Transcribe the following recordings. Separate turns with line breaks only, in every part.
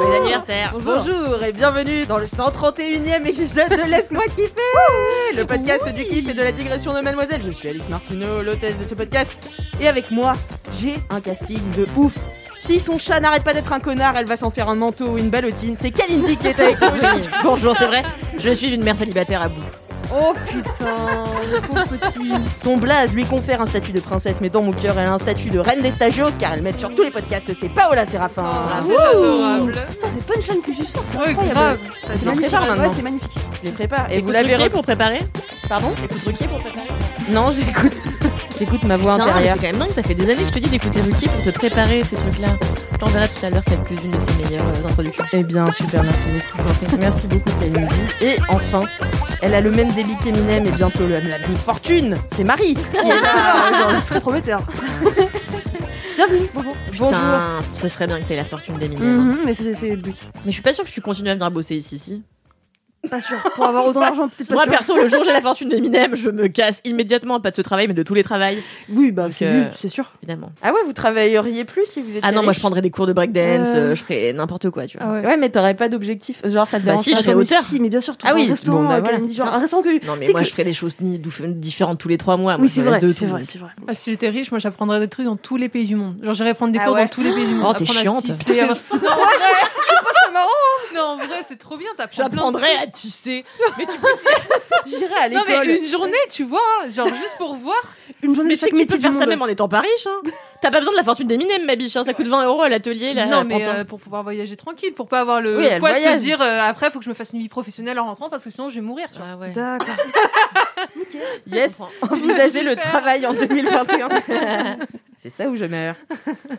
Bonne
anniversaire.
Bonjour et bienvenue dans le 131e épisode de Laisse-moi kiffer, le podcast du kiff et de la digression de Mademoiselle. Je suis Alice Martineau, l'hôtesse de ce podcast. Et avec moi, j'ai un casting de ouf. Si son chat n'arrête pas d'être un connard, elle va s'en faire un manteau ou une ballotine. C'est Kalindi qui est avec nous aujourd'hui.
Bonjour, c'est vrai, je suis une mère célibataire à bout.
Oh putain, le pauvre petit. Son blaze lui confère un statut de princesse, mais dans mon cœur, elle a un statut de reine des stagios, car elle met sur tous les podcasts, c'est Paola Séraphin.
C'est adorable.
C'est pas une chaîne que tu sors, ça.
Ouais, grave.
Je les prépare maintenant.
Ouais, c'est magnifique.
Je les prépare. Et vous
Vous
l'avez
l'avez
re-
pour préparer
Pardon Écoute Ruquier pour préparer Non, j'écoute. J'écoute ma voix
Putain, mais
intérieure.
C'est quand même dingue, ça fait des années que je te dis d'écouter Ruki pour te préparer ces trucs-là. Je t'enverrai tout à l'heure quelques-unes de ses meilleures euh, introductions.
Eh bien, super, merci beaucoup. merci beaucoup, Kalindi. Et enfin, elle a le même débit qu'Eminem et bientôt le- la même fortune. C'est Marie. qui est là
Ah.
aujourd'hui.
Très prometteur. Bienvenue, bonjour.
Bonjour.
Putain, ce serait bien que t'aies la fortune des millions.
Mhm, Mais c'est c'est le but.
Mais je suis pas sûre que tu continues à venir bosser ici, si.
Pas sûr. Pour avoir autant d'argent, c'est pas
Moi,
sûr.
perso, le jour où j'ai la fortune d'Eminem, je me casse immédiatement, pas de ce travail, mais de tous les travails,
Oui, bah c'est
euh,
le but, c'est sûr.
évidemment.
Ah ouais, vous travailleriez plus si vous étiez.
Ah non, moi je
riche
prendrais des cours de breakdance,
Euh.
euh, je ferais n'importe quoi, tu vois.
Ouais, mais t'aurais pas d'objectif. Genre, ça te
Bah
dérange
si,
pas
je serais
mais
auteur.
Si, mais bien sûr,
Ah
trouver
oui,
un restaurant,
bon, bah
euh,
voilà.
Kalindi, genre un restaurant que.
Non, mais
T'sais
moi
que-
je ferais des choses ni- douf- différentes tous les trois mois. Moi,
Oui,
je
c'est
me laisse
vrai,
de
c'est
tout.
vrai, c'est vrai.
Ah, si j'étais riche, moi j'apprendrais des trucs dans tous les pays du monde. Genre j'irais prendre des
Ah
cours
ouais
dans tous les pays du monde.
Oh, t'es
Apprendre à
chiante.
tisser,
C'est-
à- Non,
ça marrant.
non, en vrai, c'est trop bien. t'apprends
J'apprendrais à tisser. Mais tu peux
J'irais à
plein de- Non,
l'école.
mais une journée, tu vois, genre juste pour voir.
Une journée
Mais
de
tu sais
chaque
que tu
métier
peux
du
faire ça
monde.
même en étant pas riche. Hein. T'as pas besoin de la fortune d'Eminem, ma biche. Hein. Ça coûte 20 euros à l'atelier. Là, à
non, mais
Pantin.
euh, pour pouvoir voyager tranquille, pour pas avoir le
Oui, elle
poids de
voyage.
se dire euh, après, faut que je me fasse une vie professionnelle en rentrant parce que sinon je vais mourir.
Ah
Tu vois.
D'accord.
Yes, envisager le travail en 2021. C'est ça où je meurs.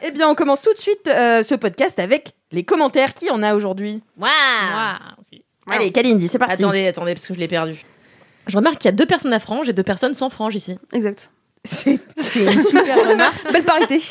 eh bien, on commence tout de suite euh, ce podcast avec les commentaires. Qui en a aujourd'hui
Waouh.
Allez, Kalindi, c'est parti.
Attendez, attendez, parce que je l'ai perdu. Je remarque qu'il y a deux personnes à frange et deux personnes sans frange ici.
Exact.
C'est c'est une super remarque.
Belle parité.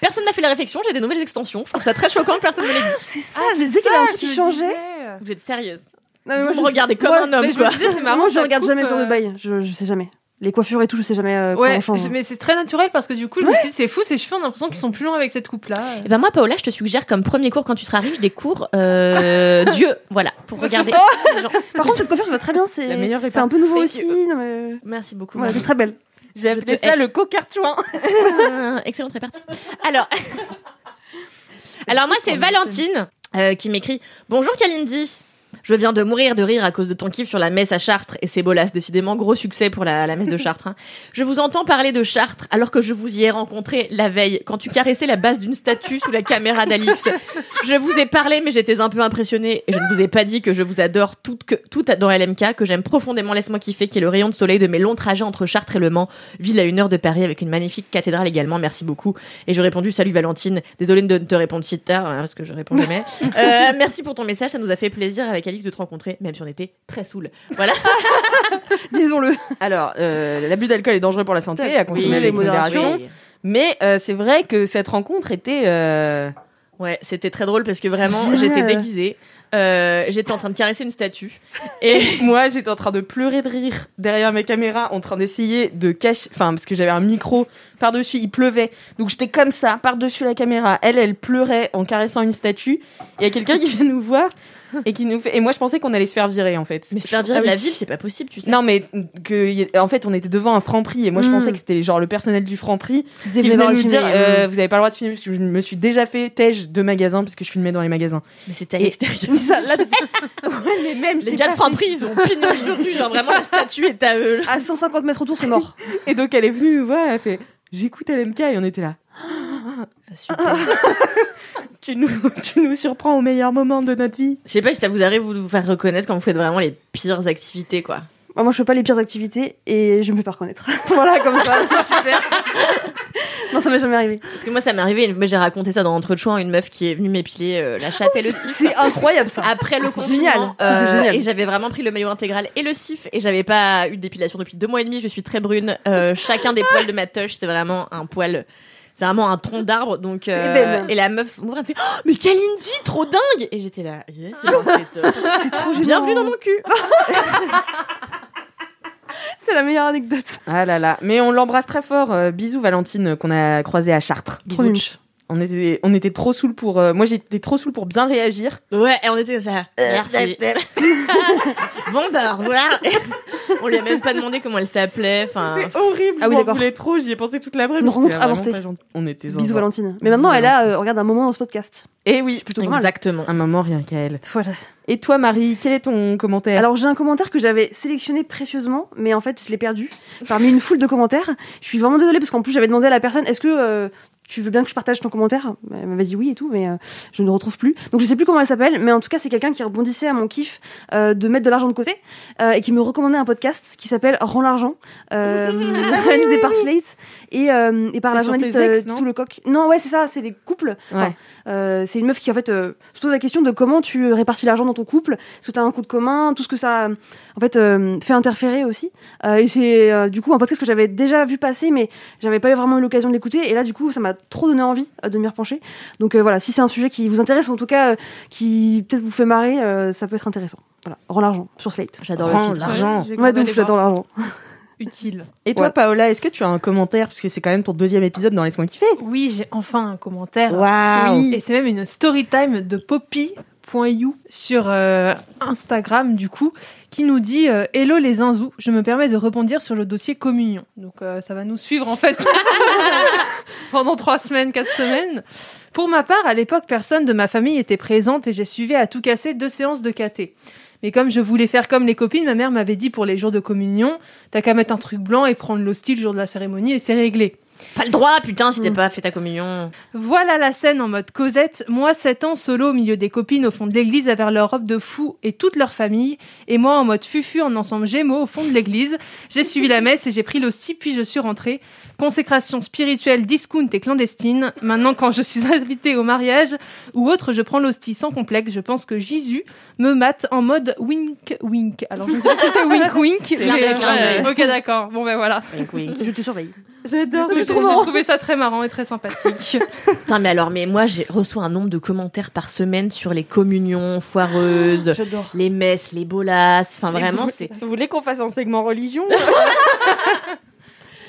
Personne n'a fait la réflexion, j'ai des nouvelles extensions. Je trouve ça très choquant que personne ne me l'ait dit.
C'est ça, je disais qu'il y avait un truc qui changeait.
Vous êtes sérieuse
Non, mais moi,
Vous
je-
me regardez comme
moi-
un homme,
Mais je me
quoi.
disais, c'est marrant.
Moi, je
ça
regarde
coupe,
jamais sur le
euh,
bail. Je je sais jamais. Les coiffures et tout, je sais jamais euh, comment
Ouais,
on change.
mais c'est très naturel parce que du coup, je me suis dit, c'est fou, ces cheveux, on a l'impression qu'ils sont plus longs avec cette coupe-là.
Et ben moi, Paola, je te suggère comme premier cours quand tu seras riche des cours euh, Dieu, voilà, pour regarder. les gens.
Par contre, cette coiffure, ça va très bien. C'est
La meilleure
c'est un peu nouveau
répartie.
aussi. Non, mais...
Merci beaucoup.
Voilà,
Marie.
c'est très belle.
J'ai
Je
appelé
te
ça le cocartouin.
Euh, excellente répartie. Alors, alors moi c'est Valentine euh, qui m'écrit Bonjour Kalindi. Je viens de mourir de rire à cause de ton kiff sur la messe à Chartres et c'est bolas, décidément gros succès pour la, la messe de Chartres. hein. Je vous entends parler de Chartres alors que je vous y ai rencontré la veille quand tu caressais la base d'une statue sous la caméra d'Alix. Je vous ai parlé mais j'étais un peu impressionnée et je ne vous ai pas dit que je vous adore toute que, toute dans LMK, que j'aime profondément Laisse-moi kiffer qui est le rayon de soleil de mes longs trajets entre Chartres et Le Mans ville à une heure de Paris avec une magnifique cathédrale également, merci beaucoup. Et j'ai répondu, salut Valentine, désolée de ne te répondre si tard, hein, parce que je réponds jamais. Euh, merci pour ton message, ça nous a fait plaisir avec Alix de te rencontrer, même si on était très saoul. Voilà.
Disons-le.
Alors, euh, l'abus d'alcool est dangereux pour la santé, à consommer
Oui,
avec
oui,
modération. Mais euh, c'est vrai que cette rencontre était. euh,
Ouais, c'était très drôle parce que vraiment,
Génial.
j'étais déguisée. Euh, j'étais en train de caresser une statue. Et
Moi, j'étais en train de pleurer de rire derrière mes caméras, en train d'essayer de cacher. Enfin, parce que j'avais un micro par-dessus, il pleuvait. Donc j'étais comme ça, par-dessus la caméra. Elle, elle pleurait en caressant une statue. Et il y a quelqu'un qui vient nous voir et qui nous fait. Et moi, je pensais qu'on allait se faire virer, en fait.
mais se faire virer de la ville, c'est pas possible, tu sais.
Non, mais que y a- en fait, on était devant un franc prix et moi, je
Mm.
pensais que c'était genre le personnel du franc prix
Ils
qui
aimaient
venait
voir
nous
le
dire
film,
euh,
euh,
Vous avez pas le droit de filmer parce que je me suis déjà fait tège de magasins parce que je filmais dans les magasins.
Mais c'était à
Et-
l'extérieur.
Oui, ça, là, t'étais
Ouais, mais même,
Les gars de Franprix, ils ont pignon sur rue, genre vraiment la statue est à eux.
à 150 mètres autour, c'est mort.
Et donc elle est venue nous voir, elle a fait J'écoute LMK et on était là. Tu nous, tu nous surprends au meilleur moment de notre vie.
Je sais pas si ça vous arrive de vous faire reconnaître quand vous faites vraiment les pires activités, quoi.
Bah, moi, je fais pas les pires activités et je me fais pas reconnaître. voilà, comme ça, c'est super. non, ça m'est jamais arrivé.
Parce que moi, ça m'est arrivé, mais j'ai raconté ça dans Entre-deux une meuf qui est venue m'épiler euh, la chatte et le cif.
C'est incroyable ça.
Après le
C'est
confinement,
génial. Ça, c'est
euh,
génial.
et j'avais vraiment pris le maillot intégral et le cif, et j'avais pas eu de dépilation depuis deux mois et demi. Je suis très brune. Euh, chacun des poils de ma touche, c'est vraiment un poil. C'est vraiment un tronc d'arbre, donc euh,
ébène.
et la meuf m'ouvre, elle me fait oh, mais Kalindi, trop dingue Et j'étais là, yes, c'est bon, c'est top.
C'est trop génial.
bienvenue dans mon cul.
C'est la meilleure anecdote.
Ah là là, mais on l'embrasse très fort. Euh, bisous Valentine euh, qu'on a croisée à Chartres.
Trop mignon.
On était, on était trop saoul pour. euh, moi j'étais trop saoul pour bien réagir.
Ouais, et on était ça. Merci. bon bah au revoir. on lui a même pas demandé comment elle s'appelait. Enfin,
C'était horrible.
Ah
je
oui,
m'en
d'accord.
voulais trop. J'y ai pensé toute la
Une
l'après-midi.
rencontre avortée.
On était
Bisous, Valentine. Mais maintenant, elle a, euh, regarde, un moment dans ce podcast.
Et Eh oui, plutôt
pas mal.
exactement.
Un moment rien qu'à elle.
Voilà.
Et toi Marie, quel est ton commentaire
Alors j'ai un commentaire que j'avais sélectionné précieusement, mais en fait je l'ai perdu parmi une foule de commentaires. Je suis vraiment désolée parce qu'en plus j'avais demandé à la personne est-ce que euh, tu veux bien que je partage ton commentaire Elle m'avait dit oui et tout, mais euh, je ne le retrouve plus. Donc je sais plus comment elle s'appelle, mais en tout cas c'est quelqu'un qui rebondissait à mon kiff euh, de mettre de l'argent de côté euh, et qui me recommandait un podcast qui s'appelle Rends l'argent, euh, réalisé par Slate et, euh, et par
C'est
la
sur
journaliste
tes ex,
euh,
non
Titou Lecoq. Non ouais c'est ça, c'est des couples
Ouais.
euh, c'est une meuf qui en fait euh, se pose la question de comment tu répartis l'argent dans ton couple, est-ce que tu as un coup de commun, tout ce que ça en fait euh, fait interférer aussi. Euh, et c'est euh, du coup un podcast que j'avais déjà vu passer, mais j'avais pas eu vraiment eu l'occasion de l'écouter. Et là du coup ça m'a trop donné envie euh, de m'y repencher. Donc euh, voilà, si c'est un sujet qui vous intéresse, ou en tout cas euh, qui peut-être vous fait marrer, euh, ça peut être intéressant. Voilà, rends l'argent sur Slate.
J'adore
Prends
le titre.
l'argent. Genre.
je vais quand
Ouais,
même
donc
aller
j'adore
voir.
l'argent.
Utile.
Et toi
Ouais.
Paola, est-ce que tu as un commentaire parce que c'est quand même ton deuxième épisode dans Laisse-moi kiffer.
Oui, j'ai enfin un commentaire.
Waouh.
Et c'est même une story time de poppy.you sur euh, Instagram, du coup, qui nous dit euh, Hello les zinzous, je me permets de rebondir sur le dossier communion. Donc euh, ça va nous suivre en fait pendant trois semaines, quatre semaines. Pour ma part, à l'époque, personne de ma famille était présente et j'ai suivi à tout casser deux séances de KT. Mais comme je voulais faire comme les copines, ma mère m'avait dit pour les jours de communion, t'as qu'à mettre un truc blanc et prendre l'hostie le jour de la cérémonie et c'est réglé.
Pas le droit, putain, si t'as pas fait ta communion.
Voilà la scène en mode Cosette, moi 7 ans solo au milieu des copines au fond de l'église vers leur robe de fou et toute leur famille, et moi en mode fufu en ensemble gémeaux au fond de l'église. J'ai suivi la messe et j'ai pris l'hostie, puis je suis rentrée. Consécration spirituelle, discount et clandestine. Maintenant, quand je suis invitée au mariage ou autre, je prends l'hostie sans complexe. Je pense que Jésus me mate en mode wink wink. Alors je ne sais pas ce que c'est wink wink.
clin d'œil,
mais- euh,
clin d'œil.
ok d'accord. Bon ben voilà.
Wink, wink.
Je te surveille.
J'adore.
J'ai
ce
trouvé-
truc.
j'ai trouvé ça très marrant et très sympathique.
Putain, mais alors, mais moi, j'ai reçu un nombre de commentaires par semaine sur les communions foireuses,
J'adore.
les messes, les bolasses. Enfin, vraiment, c'est.
Vous voulez qu'on fasse un segment religion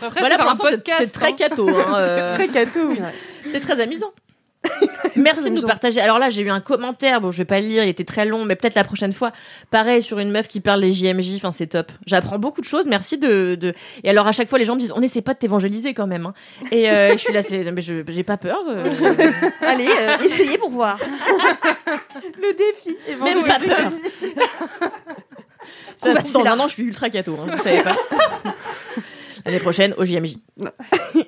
Après,
voilà, pour
c'est par un
l'instant, c'est-
podcast,
c'est très
hein.
cato. hein, euh,
Très gâteau.
C'est très amusant. Merci de nous partager. Alors là, j'ai eu un commentaire. Bon, je vais pas le lire, il était très long, mais peut-être la prochaine fois. Pareil sur une meuf qui parle les JMJ. Enfin, c'est top. J'apprends beaucoup de choses. Merci de, de. Et alors à chaque fois, les gens me disent, on essaie pas de t'évangéliser quand même. hein. Et euh, je suis là, c'est, mais je- j'ai pas peur. euh,
Allez, euh, essayez pour voir.
Le défi.
Même pas peur. Ça se trouve,
Combattre
dans
la-
un an, je suis ultra cato. Hein, vous savez pas. L'année prochaine, au JMJ.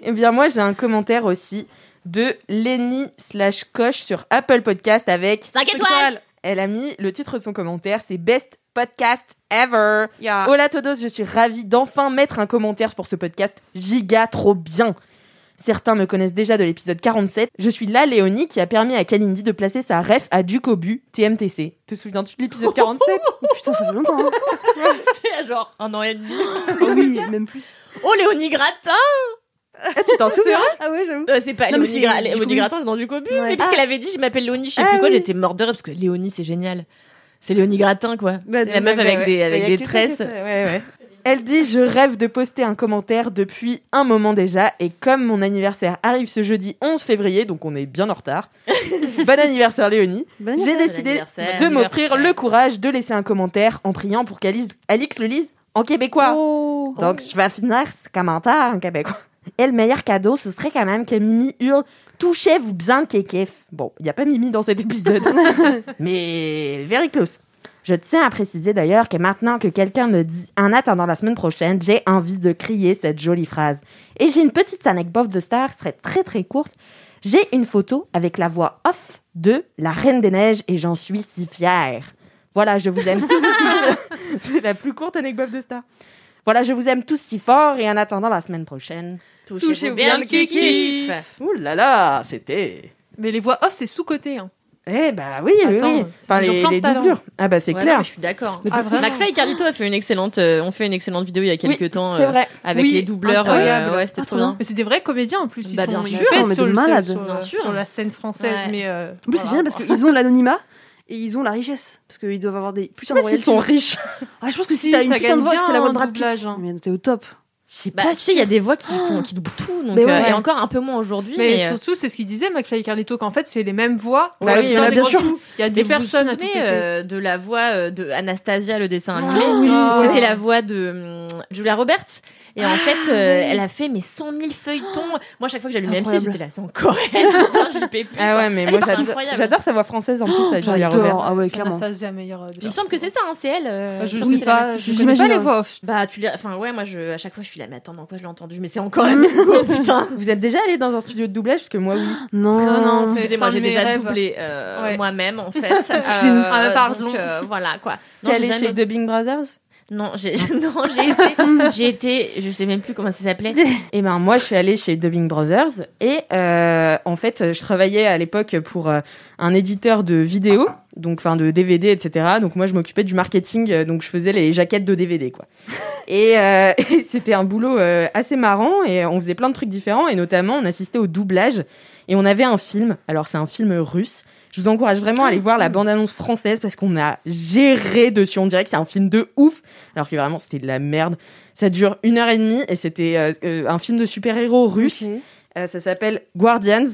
Eh bien, moi, j'ai un commentaire aussi de Lenny slash Coche sur Apple Podcast avec
Cinq étoiles.
Elle a mis le titre de son commentaire, c'est Best Podcast Ever. Hola Todos, je suis ravie d'enfin mettre un commentaire pour ce podcast giga trop bien. Certains me connaissent déjà de l'épisode 47. Je suis la Léonie qui a permis à Kalindi de placer sa ref à Ducobu, TMTC. Te souviens-tu de l'épisode 47
Putain, ça fait longtemps. hein.
C'était à genre un an et demi.
oui, même plus.
Oh Léonie Gratin.
Tu t'en souviens
Ah ouais, j'avoue.
Euh, c'est pas
Non, mais
Léonie,
c'est
Gra-
du
Léonie
Cobu.
Gratin, c'est dans du cobu.
Ouais.
Mais parce
Ah.
qu'elle avait dit, je m'appelle Léonie, je sais
Ah
plus quoi,
oui.
j'étais morte de rire parce que Léonie, c'est génial. C'est Léonie Gratin, quoi.
Bah,
C'est la meuf avec des, avec des tresses.
Elle dit Je rêve de poster un commentaire depuis un moment déjà, et comme mon anniversaire arrive ce jeudi 11 février, donc on est bien en retard. bon anniversaire, Léonie.
Bonne
J'ai
Bon
décidé
anniversaire.
de m'offrir
Anniversaire.
le courage de laisser un commentaire en priant pour qu'Alix Alix le lise en québécois.
Oh.
Donc, je vais finir ce commentaire en québécois. Et le meilleur cadeau, ce serait quand même que Mimi hurle Touchez-vous bien le kékef. Bon, il n'y a pas Mimi dans cet épisode, mais very close. Je tiens à préciser d'ailleurs que maintenant que quelqu'un me dit En attendant la semaine prochaine, j'ai envie de crier cette jolie phrase. Et j'ai une petite anecdote de star, serait très très courte. J'ai une photo avec la voix off de La Reine des Neiges et j'en suis si fière. Voilà, je vous aime tous. si- C'est la plus courte anecdote de star. Voilà, je vous aime tous si fort et en attendant la semaine prochaine.
Touchez-vous bien le kiki.
Ouh là là, c'était.
Mais les voix off, c'est sous-côté. hein.
Eh bah oui, oui,
Attends,
oui. Enfin,
ils ont
les,
plein de
les
talents.
doublures. Ah bah c'est
Ouais, non,
clair.
mais je suis d'accord.
Ah, vraiment
McFly et Carlito a fait une excellente, euh, ont fait une excellente vidéo il y a quelques temps
C'est
euh,
vrai.
avec
Oui,
les doubleurs. euh,
incroyable.
ouais, c'était
Ah,
trop
trop
bien.
bien.
Mais c'est des vrais comédiens en plus. Ils
Bah, bien
sont ils
sûr.
pèsent
Non, mais
sur,
de
le,
malades.
sur,
Bien sûr.
sur la scène française.
Ouais.
Mais, euh,
En plus,
voilà.
c'est génial parce qu'ils ont l'anonymat et ils ont la richesse. Parce qu'ils doivent avoir des putains de
Ils
royalties.
sont riches.
Ah, je pense que si,
Si,
t'as une
ça
putain
gagne
de voix,
bien
c'était la voix de
en
Brad Pitt.
doublage, hein.
Mais t'es au top.
Je sais
Bah, tu sais, il y a des voix qui, font, qui doublent tout. Donc,
Mais ouais,
euh, Et
ouais.
encore un peu moins aujourd'hui.
Ah. Mais,
Mais, euh,
surtout, c'est ce qu'ils disaient, McFly et Carlito, qu'en fait, c'est les mêmes voix.
Bah
Dans
oui,
les
bah,
grandes
bien
villes. Il y a
mais
10
vous
personnes
vous
à tout
souvenez,
péter.
euh, de la voix euh, de Anastasia, le dessin animé.
Ah ouais. Ah
C'était la voix de hum, Julia Roberts. Et en fait, euh, elle a fait mes 100 000 feuilletons. Moi, chaque fois que j'allumais
C'est
M6,
incroyable.
j'étais là, c'est encore elle. Putain, j'y peux plus,
Ah
quoi.
ouais, mais
Elle
moi
est
j'adore-
incroyable.
j'adore sa voix française en plus à Julia
J'adore.
Roberts.
Ah ouais, clairement.
Anastasia, meilleure. euh,
Il me semble que c'est ça, hein, c'est elle. euh,
Ah, Je
me semble que
sais
c'est la
pas,
même.
je connais
j'imagine,
pas les
ouais.
voix off.
Bah, tu l'as. Enfin, ouais, moi, je... à chaque fois, je suis là, mais attends, dans quoi je l'ai entendu Mais c'est encore la même voix, putain.
Vous êtes déjà allé dans un studio de doublage parce que moi oui.
Non.
Non, non, c'est-
Excusez-moi,
un de
j'ai
mes
déjà
rêves.
doublé euh,
Ouais.
moi-même, en fait.
Excuse-nous. Ah, bah, pardon.
donc, euh, voilà, quoi.
T'es
Non, j'ai
allé
jamais-
chez Dubbing Brothers
Non, j'ai non, j'ai été... j'ai été... Je sais même plus comment ça s'appelait.
Eh ben moi je suis allée chez Dubbing Brothers et euh, en fait je travaillais à l'époque pour euh, un éditeur de vidéos, donc enfin de DVD etc. Donc moi je m'occupais du marketing, euh, donc je faisais les jaquettes de DVD quoi. Et, euh, et c'était un boulot euh, assez marrant et on faisait plein de trucs différents et notamment on assistait au doublage et on avait un film. Alors c'est un film russe. Je vous encourage vraiment à aller voir la bande-annonce française parce qu'on a géré dessus. On dirait que c'est un film de ouf, alors que vraiment c'était de la merde. Ça dure une heure et demie et c'était euh, euh, un film de super-héros russe.
Ok.
Euh, ça s'appelle Guardians.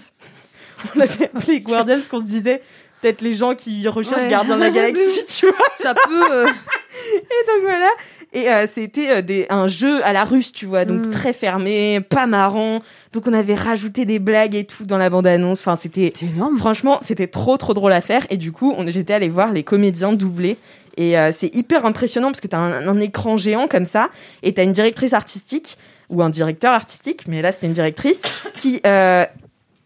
On avait appelé Guardians qu'on se disait peut-être les gens qui recherchent
Ouais.
Gardiens de la Galaxie, tu vois.
Ça peut. euh,
Et donc voilà. Et euh, c'était euh, des- un jeu à la russe, tu vois, donc
Mm.
très fermé, pas marrant. Donc on avait rajouté des blagues et tout dans la bande-annonce. Enfin, c'était
C'est énorme.
Franchement, c'était trop trop drôle à faire et du coup, on- j'étais allée voir les comédiens doublés et euh, c'est hyper impressionnant parce que t'as un, un écran géant comme ça et t'as une directrice artistique ou un directeur artistique, mais là c'était une directrice qui euh,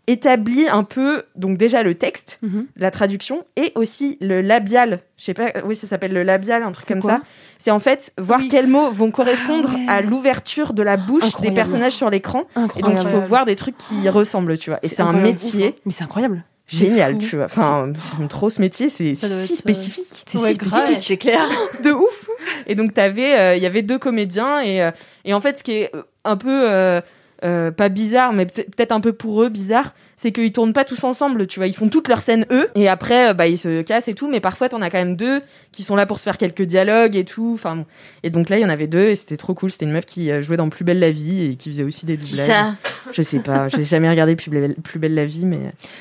établit un peu donc déjà le texte,
Mhm.
la traduction et aussi le labial. Je sais pas, oui ça s'appelle le labial, un truc
C'est
comme
quoi Ah
ça. C'est en fait voir
Oui.
quels mots vont correspondre
ouais.
à l'ouverture de la bouche des
Incroyable.
personnages sur l'écran et donc il faut
Incroyable.
voir des trucs qui y ressemblent, tu vois. Et c'est un
incroyable.
métier
Mais c'est incroyable.
génial,
C'est fou.
tu vois. Enfin, j'aime trop ce métier, c'est
Ça doit
si
être, euh,
spécifique.
C'est
Ouais,
si
grave.
spécifique.
c'est clair.
De ouf. Et donc t'avais, euh, il y avait deux comédiens et euh, et en fait ce qui est euh, un peu euh, euh, pas bizarre, mais peut- peut-être un peu pour eux bizarre, c'est qu'ils tournent pas tous ensemble, tu vois. Ils font toutes leurs scènes eux, et après, euh, bah, ils se cassent et tout. Mais parfois, t'en as quand même deux qui sont là pour se faire quelques dialogues et tout. Enfin, bon. Et donc là, il y en avait deux, et c'était trop cool. C'était une meuf qui euh, jouait dans Plus belle la vie et qui faisait aussi des
Qui
doublages.
ça
Je sais pas, j'ai jamais regardé Plus belle, Plus belle la vie, mais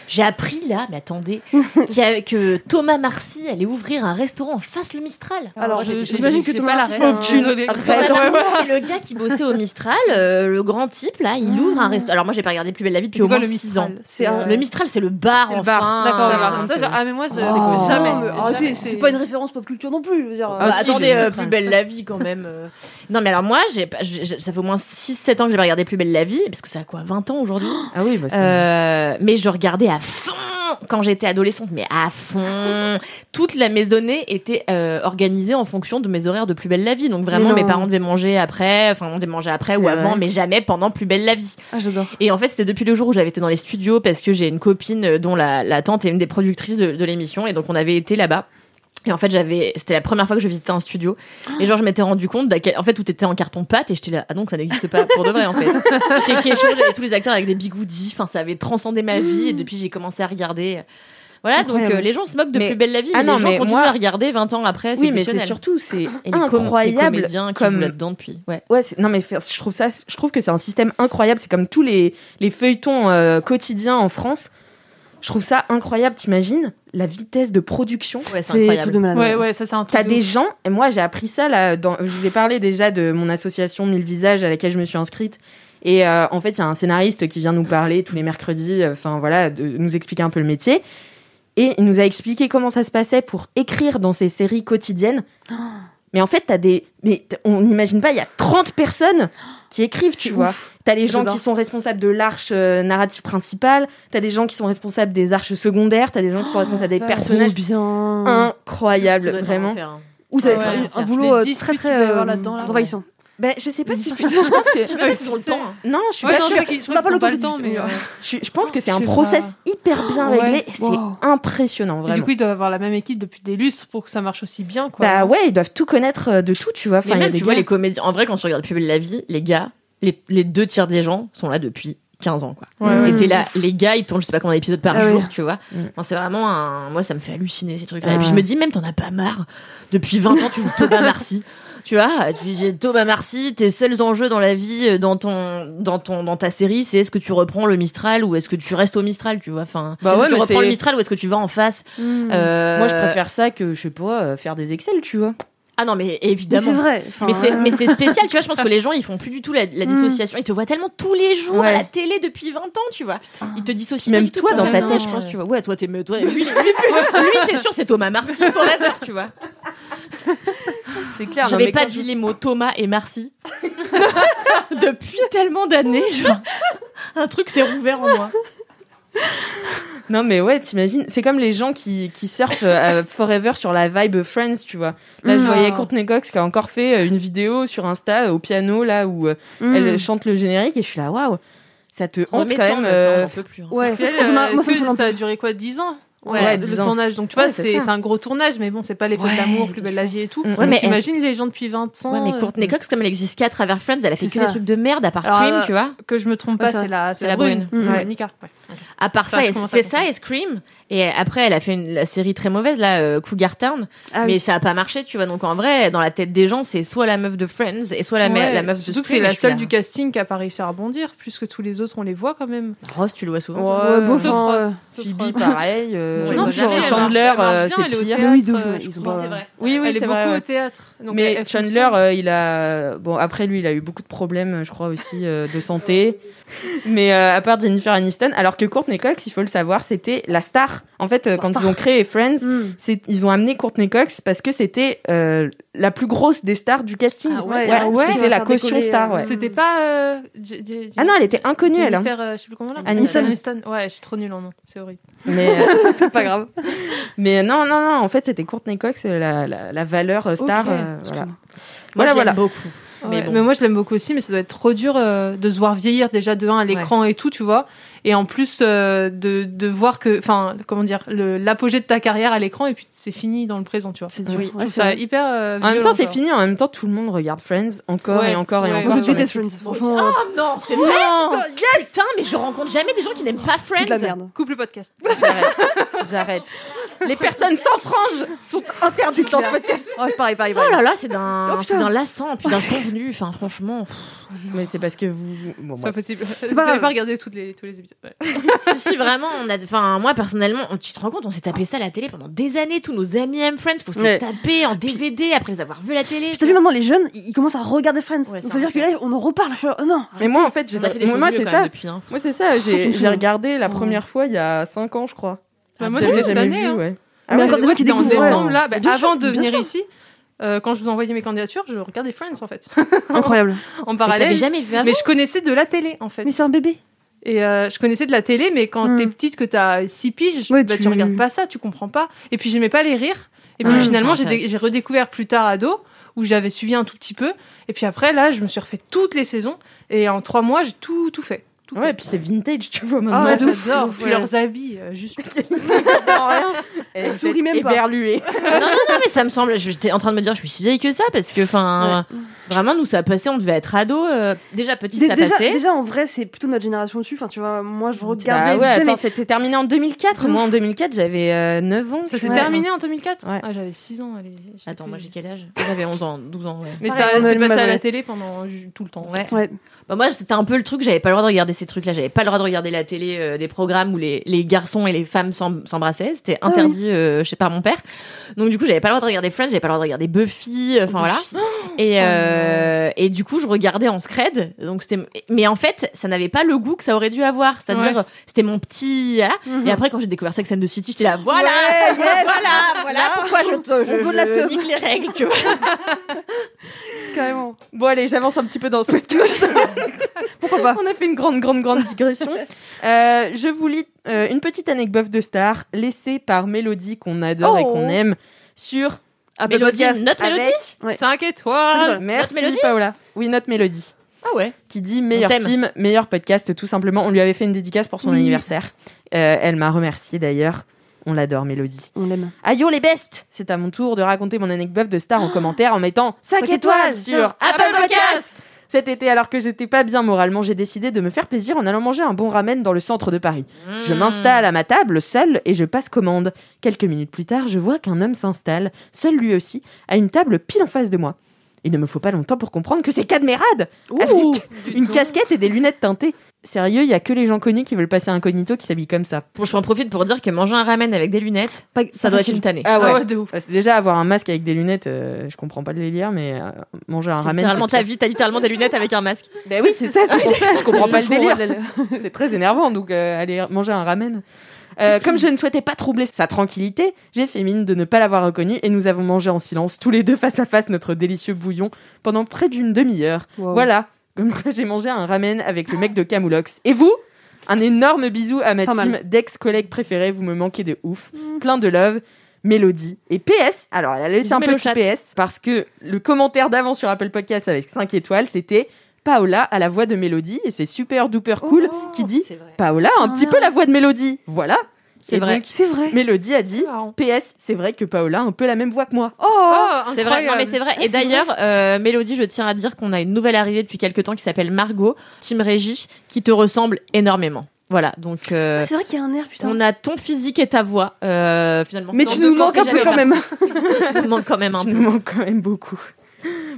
J'ai appris là, mais attendez, qu'il y a- que Thomas Marcy allait ouvrir un restaurant en face le Mistral.
Alors,
je-
je-
je-
j'imagine
j'ai
que
pas
Thomas
la
Larsen,
rêve.
euh,
Aucune. Désolée.
Arrête,
Thomas
ouais, ouais.
Marcy, c'est le gars qui bossait au Mistral, euh, le grand type là, il ouvre un restaurant. Alors moi j'ai pas regardé Plus belle la vie depuis
Ah. C'est
au
quoi
moins
le
6 ans.
Mistral C'est un-
Le Mistral c'est le bar
c'est le
enfin.
bar. D'accord,
ça
ouais,
va,
comme
non,
ça,
c'est
genre,
bon.
ah mais moi je
Oh,
c'est- jamais.
mais
jamais.
arrêtez, c'est pas une référence pop culture non plus, je veux dire.
Ah,
Bah,
si,
attendez,
le
euh,
Mistral.
plus belle la vie quand même. euh. Non, mais alors moi, j'ai, pas- j'ai- j'ai- ça fait au moins 6-7 ans que j'ai pas regardé Plus belle la vie, parce que ça a quoi, 20 ans aujourd'hui
ah oui, bah, c'est-
Euh, Mais je regardais à fond quand j'étais adolescente, mais à fond. Toute la maisonnée était euh, organisée en fonction de mes horaires de Plus belle la vie. Donc vraiment,
non.
mes parents devaient manger après, enfin, on devait manger après
C'est
ou avant,
vrai.
mais jamais pendant Plus belle la vie.
Ah, j'adore.
Et en fait, c'était depuis le jour où j'avais été dans les studios parce que j'ai une copine euh, dont la, la tante est une des productrices de, de l'émission et donc on avait été là-bas. Et en fait, j'avais, c'était la première fois que je visitais un studio.
Ah.
Et genre, je m'étais rendu compte d'à quel, en fait, tout était en carton pâte et j'étais là, ah donc ça n'existe pas pour de vrai, en fait. j'étais question, j'avais tous les acteurs avec des bigoudis, enfin, ça avait transcendé ma vie et depuis, j'ai commencé à regarder. Voilà, donc
Incroyable.
euh, les gens se moquent de
Mais-
plus belle la vie,
Ah
mais
non,
les gens
mais
continuent
moi-
à regarder 20 ans après.
Oui, mais c'est
exceptionnel.
surtout c'est
Et les com- les
Ah, incroyable
comédiens qui jouent
comme
là-dedans depuis. Ouais.
ouais, c'est- non mais je trouve ça je trouve que c'est un système incroyable, c'est comme tous les les feuilletons euh, quotidiens en France. Je trouve ça incroyable, t'imagines la vitesse de production.
Ouais, c'est
C'est
incroyable.
tout de malade.
Ouais ouais, ça c'est un truc.
T'as
de
des
ouf.
gens, et moi j'ai appris ça là, dans, je vous ai parlé déjà de mon association Mille Visages à laquelle je me suis inscrite. Et euh, en fait, il y a un scénariste qui vient nous parler tous les mercredis, euh, enfin voilà, de nous expliquer un peu le métier. Et il nous a expliqué comment ça se passait pour écrire dans ces séries quotidiennes.
Oh.
Mais en fait, t'as des. Mais t- on n'imagine pas, il y a 30 personnes qui écrivent, tu vois. T'as les gens
J'adore.
qui sont responsables de l'arche euh, narrative principale, t'as des gens qui sont responsables des arches secondaires, t'as des gens qui sont responsables des
Oh, vache.
personnages
bien.
Ça doit
incroyables,
être
vraiment.
enfer, hein.
Ou ça va
Ouais,
être un- un
faire.
boulot
Les
euh,
disputes
très
qu'il doit y
très
avoir
euh,
là-dedans, là.
envahissant.
Ben, je sais pas si c'est- je pense que
Je sais pas si ils ont le temps. hein.
non, je suis
Ouais,
pas
non,
sûre.
mais qui- je
On
crois
n'a
qu'ils
pas
ont
le temps
le
de
temps, mais.
discuter,
euh,
ouais.
Je, suis- je pense que c'est
Je
un
sais pas.
process hyper bien
Ouais.
réglé et c'est
Wow.
impressionnant
Et
vraiment.
du coup, ils doivent avoir la même équipe depuis des lustres pour que ça marche aussi bien, quoi.
bah ouais, ils doivent tout connaître euh, de tout, tu vois. Enfin, il
mais
y a
même,
des
tu vois,
gars-
les comédies. En vrai, quand tu regardes Plus belle la vie, les gars, les, les deux tiers des gens sont là depuis 15 ans, quoi.
Ouais, ouais.
Et c'est là, les gars, ils tournent je sais pas combien d'épisodes par
Ah ouais.
jour, tu vois.
Mm.
Enfin, c'est vraiment un. Moi, ça me fait halluciner ces trucs-là.
Ah
Et puis,
ouais.
je me dis, même, t'en as pas marre. Depuis 20 ans, tu joues Thomas Marcy. Tu vois, tu dis Thomas Marcy, tes seuls enjeux dans la vie, euh, dans ton, dans ton, dans ta série, c'est est-ce que tu reprends le Mistral ou est-ce que tu restes au Mistral, tu vois. Enfin,
Bah
est-ce
ouais,
que tu
mais
reprends le
c'est- Mm.
Mistral ou est-ce que tu vas en face. Euh,
Moi, je préfère ça que je sais pas euh, faire des Excel, tu vois.
Ah non, mais
Mais
évidemment.
c'est vrai. enfin,
Mais c'est,
euh,
mais c'est spécial, tu vois. Je pense que les gens, ils font plus du tout la, la dissociation. Ils te voient tellement tous les jours à la
Ouais.
télé depuis 20 ans, tu vois. Ils te dissocient.
Même
pas du
toi,
tout,
dans
ta
raison, euh.
tête.
je pense, tu vois. Ouais, toi, t'es. mais Toi, lui, lui, c'est sûr, c'est Thomas Marcy forever, tu vois.
C'est clair. non,
J'avais
mais
pas
quand
dit les mots Thomas et Marcy depuis tellement d'années. Genre, un truc s'est rouvert en moi.
Non mais ouais, t'imagines, c'est comme les gens qui, qui surfent euh, à forever sur la vibe Friends, tu vois. Là, je
Mm.
voyais
Ah.
Courtney Cox qui a encore fait euh, une vidéo sur Insta euh, au piano là où euh,
mm.
elle chante le générique et je suis là waouh, ça te hante quand
Remettons,
même.
mais
euh,
enfin, on en peut plus. hein.
Ouais.
Puis elle,
Ça m'a-
euh,
moi, ça me
que
semble un
ça a duré quoi 10 ans
Ouais,
le
10 ans.
tournage. Donc tu vois,
Ouais, c'est
c'est
ça.
c'est un gros tournage, mais bon, c'est pas les feux de l'amour, plus belle la vie et tout.
Ouais,
Donc,
mais-
t'imagines les gens depuis 20 ans.
Ouais, mais
euh,
Courtney Cox, comme elle existe qu'à travers Friends, elle a fait
C'est
que des
ça.
trucs de merde à part
Alors,
Scream,
euh,
tu vois.
Que je me trompe
Ouais,
pas,
c'est
c'est la, c'est la brune.
brune.
C'est
Ouais.
la Monica. ouais.
À part
Ça,
ça,
je
et-
commence à
c'est
comprendre.
ça et Scream. Et après, elle a fait une, la série très mauvaise, là, euh, Cougar Town.
Ah
mais
oui.
ça a pas marché, tu vois. Donc en vrai, dans la tête des gens, c'est soit la meuf de Friends et soit la, me-
Ouais,
la meuf de
Surtout que c'est
Scream, et
la
je suis
seule
là,
du casting qui a pas réussi à rebondir, plus que tous les autres, on les voit quand même.
Ross, Oh, tu le vois souvent.
Ouais,
Ouais, bon,
Sauf
enfin,
Ross,
euh,
sauf
Phoebe
Ross.
pareil. euh,
Ouais,
non,
bah, jamais, elle
Chandler
marche- elle marche
euh,
bien,
c'est
elle est au
pire.
théâtre,
Oui, de ouf,
euh,
ouais,
je
ils ont
crois.
pas- Oui, c'est
vrai.
Oui oui
elle est
c'est
beaucoup
vrai.
au
ouais.
théâtre. Donc elle-
Mais
elle
Chandler, euh, il a bon après lui, il a eu beaucoup de problèmes, je crois aussi euh, de santé. Mais euh, à part Jennifer Aniston, alors que Courtney Cox, il faut le savoir, c'était la star. En fait, euh, quand ils ont créé Friends,
Mm.
c'est- ils ont amené Courtney Cox parce que c'était euh, la plus grosse des stars du casting.
Ah
ouais,
Ouais,
c'est vrai,
c'était
ça
la
va faire
caution
décoller,
star,
euh,
ouais.
fonctionne. C'était pas. euh, J- J-
Ah non, elle était inconnue elle. hein.
Jennifer, euh, je sais plus comment on l'appelle.
Aniston.
Ouais, je suis trop nulle en nom, c'est horrible.
Mais euh, c'est pas grave. Mais euh, non non non, en fait, c'était Courtney Cox euh, la, la, la valeur euh, star.
Ok,
euh, voilà.
Moi,
Voilà,
je l'aime
voilà.
beaucoup.
Ouais,
Mais
Mais,
bon.
moi je l'aime beaucoup aussi, mais ça doit être trop dur euh, de se voir vieillir déjà de un à l'écran et tout, tu vois. Et en plus euh, de, de voir que, enfin, comment dire, le- l'apogée de ta carrière à l'écran et puis c'est fini dans le présent, tu vois.
C'est dur.
Oui,
Ouais,
je
Je trouve
c'est
ça
vrai.
hyper. euh,
En même
violent,
temps, c'est
quoi.
fini. En même temps, tout le monde regarde Friends encore
Ouais,
et encore et
ouais,
encore.
Moi, je
sur
déteste
Netflix.
Friends. Franchement, euh,
non, c'est vrai.
Non
Putain, mais je rencontre jamais des gens qui n'aiment pas Friends.
c'est de la merde.
Coupe le podcast.
J'arrête. J'arrête. Les personnes sans franges sont interdites dans ce podcast.
pareil, pareil,
Oh là là, c'est d'un,
Oh,
c'est
putain.
d'un lassant, puis d'un convenu. Enfin, franchement, pff.
Mais c'est parce que vous. Bon,
C'est
bref.
pas possible.
pas
C'est
grave.
pas, pas regarder toutes les, tous les épisodes. ouais.
si, si, vraiment, on a, enfin, moi, personnellement, on- tu te rends compte, on s'est tapé ça à la télé pendant des années. Tous nos amis aiment Friends, faut se
Ouais.
les taper en DVD après les avoir vu la télé.
Je t'ai vu maintenant, les jeunes, ils ils commencent à regarder Friends.
Ouais,
Donc
c'est
ça veut dire que là, on en reparle. Je fais, Oh non.
Mais moi, en fait, j'ai-
on a fait des choses
moi,
mieux
c'est
quand
ça.
même depuis, hein.
Moi, c'est ça. J'ai j'ai regardé la première fois il y a 5 ans, je crois.
Bah, moi,
J'avais
c'était cette
Ah, jamais
année,
vu,
hein.
ouais. Ah
Ah
Mais
ouais,
ouais.
encore des
moi,
gens qui
c'était en
découvrent,
décembre,
ouais.
là, bah,
Bien sûr,
avant de
bien
venir
sûr.
ici, euh, quand je vous envoyais mes candidatures, je regardais Friends en fait.
Incroyable.
en
Mais t'avais
parallèle.
jamais vu avant.
Mais je connaissais de la télé en fait.
Mais c'est un bébé.
Et euh, je connaissais de la télé, mais quand
Hmm.
t'es petite, que t'as 6 piges,
Ouais,
bah, tu...
tu-
regardes pas ça, tu comprends pas. Et puis j'aimais pas les rires. Et puis
Ouais,
finalement,
c'est
j'ai,
vrai.
dé- j'ai redécouvert plus tard ado, où j'avais suivi un tout petit peu. Et puis après, là, je me suis refait toutes les saisons. Et en 3 mois, j'ai tout, tout fait. Tout
Ouais, et
fait.
puis c'est vintage, tu vois,
Ah
maintenant.
ouais,
de ouf,
j'adore.
de ouf,
Puis
ouais.
leurs habits, euh, juste.
Je comprends rien.
Elle sourit même pas.
éberluée.
non, non, non, mais ça me semble. J'étais en train de me dire, je suis si vieille que ça, parce que, enfin, euh, vraiment, nous, ça a passé, on devait être ado. euh, déjà petite,
Dé-
ça
déjà,
passait.
déjà, en vrai, c'est plutôt notre génération dessus. Enfin, tu vois, moi, je
Bah
regardais.
ouais,
vite fait,
attends,
mais-
c'était terminé en 2004. Moi, en 2004, j'avais 9 ans.
Ça s'est
Ouais.
terminé en 2004
Ouais.
Ah, j'avais 6 ans. Allez, je sais
Attends,
plus.
moi, j'ai quel âge J'avais 11 ans, 12 ans, ouais.
Mais
Ouais,
ça
on a
s'est
le
passé
même
à la
âge.
télé pendant ju- tout le temps.
Ouais.
Ouais.
Bah, moi, c'était un peu le truc, j'avais pas le droit de regarder ces trucs-là. J'avais pas le droit de regarder la télé, euh, des programmes où les, les garçons et les femmes s'em- s'embrassaient. C'était
oui.
interdit euh, chez par mon père. Donc, du coup, j'avais pas le droit de regarder Friends, j'avais pas le droit de regarder Buffy, euh, enfin voilà. Et, euh, et du coup, je regardais en scred. Donc, c'était, mais en fait, ça n'avait pas le goût que ça aurait dû avoir. C'est-à-dire,
Ouais.
c'était mon petit, ah, et après, quand j'ai découvert Sex and the City, j'étais là, voilà, voilà, voilà, pourquoi je, te, je,
On vaut de la
je
teub.
nique les règles, tu vois.
Carrément.
Bon, allez, j'avance un petit peu dans ce podcast. Pourquoi pas On a fait une grande, grande, grande digression. Euh, je vous lis euh, une petite anecdote de star laissée par Mélodie qu'on adore et qu'on aime sur Apple
Oh. Ah, Mélodie,
Podcast
notre
avec-
Mélodie
5 étoiles.
Merci
Notre Mélodie
Paola. Oui, notre Mélodie.
Ah ouais.
Qui dit meilleur
t'aime.
team, meilleur podcast, tout simplement. On lui avait fait une dédicace pour son
Oui.
anniversaire. Euh, elle m'a remercié d'ailleurs. On l'adore, Mélodie.
On l'aime.
Aïe yo les bestes C'est à mon tour de raconter mon anecdote de star en commentaire en mettant 5
Cinq
étoiles
étoiles sur
sur Apple Podcast Cet été, alors que j'étais pas bien moralement, j'ai décidé de me faire plaisir en allant manger un bon ramen dans le centre de Paris. Je
Hmm.
m'installe à ma table, seule, et je passe commande. Quelques minutes plus tard, je vois qu'un homme s'installe, seul lui aussi, à une table pile en face de moi. Il ne me faut pas longtemps pour comprendre que c'est Cadmérade Avec une casquette et des lunettes teintées Sérieux, il y a que les gens connus qui veulent passer incognito qui s'habillent comme ça.
Bon, je m'en profite pour dire que manger un ramen avec des lunettes, ça doit être une tannée.
Ah ouais, de ouf.
Parce que déjà, avoir un masque avec des lunettes, euh, je comprends pas le délire, mais euh, manger un
C'est
ramen.
littéralement
c'est
ta vie, t'as littéralement des lunettes avec un masque.
pire. Ben oui, c'est ça, c'est pour ça, je comprends pas le
jour où on
délire. C'est très énervant, donc euh, aller manger un ramen. Euh, comme je ne souhaitais pas troubler sa tranquillité, j'ai fait mine de ne pas l'avoir reconnu et nous avons mangé en silence, tous les deux face à face, notre délicieux bouillon pendant près d'une demi-heure.
Wow.
Voilà, comme quoi j'ai mangé un ramen avec le mec de Camoulox. Et vous Un énorme bisou à ma
Pas mal.
team d'ex-collègues préférés, vous me manquez de ouf. Plein de love, mélodie. Et PS, alors elle a laissé
Bisous,
un petit
Mélochat.
PS, parce que le commentaire d'avant sur Apple Podcast avec 5 étoiles, c'était Paola à la voix de mélodie, et c'est super duper cool,
Oh.
qui dit Paola a un petit peu la voix de mélodie. Voilà.
C'est
Et
vrai.
donc,
C'est vrai.
Mélodie a dit
marrant.
PS, c'est vrai que Paola a un peu la même voix que moi.
Oh,
C'est vrai, non, mais c'est vrai.
Ah,
Et d'ailleurs, euh, Mélodie, je tiens à dire qu'on a une nouvelle arrivée depuis quelques temps qui s'appelle Margot, Team Régie, qui te ressemble énormément. Voilà, donc
Ah,
euh,
C'est vrai qu'il y a un air, putain.
on a ton physique et ta voix, euh, finalement.
Mais
sans
tu
deux
nous
camps
manques
que
un peu
j'avais
quand même.
partis. Tu nous manques quand même un
Tu
peu.
nous manques quand même beaucoup.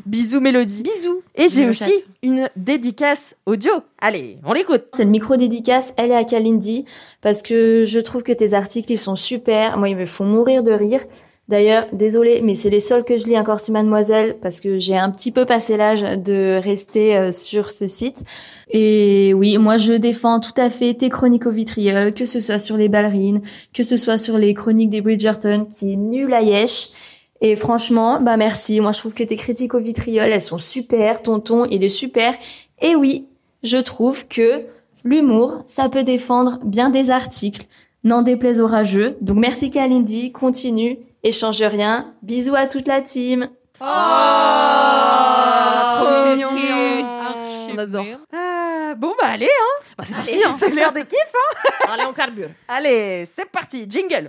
Bisous Mélodie. Bisous. Et j'ai
Bisous,
aussi une dédicace audio. Allez, on l'écoute.
Cette micro-dédicace, elle est à Kalindi, parce que je trouve que tes articles, ils sont super. Moi, ils me font mourir de rire. D'ailleurs, désolée, mais c'est les seuls que je lis encore sur Mademoiselle, parce que j'ai un petit peu passé l'âge de rester euh, sur ce site. Et oui, moi, je défends tout à fait tes chroniques au vitriol, que ce soit sur les ballerines, que ce soit sur les chroniques des Bridgerton, qui est nul à yesh. Et franchement, bah merci. Moi, je trouve que tes critiques au vitriol, elles sont super. Ton ton, il est super. Et oui, je trouve que L'humour, ça peut défendre bien des articles. N'en déplaise aux rageux. Donc merci Kalindi, continue, et change rien. Bisous à toute la team.
Oh, trop
mignon.
On adore.
Ah, bon bah allez hein. c'est parti. C'est l'heure des kiffs.
Allez, on carbure.
Allez, c'est parti. Jingle.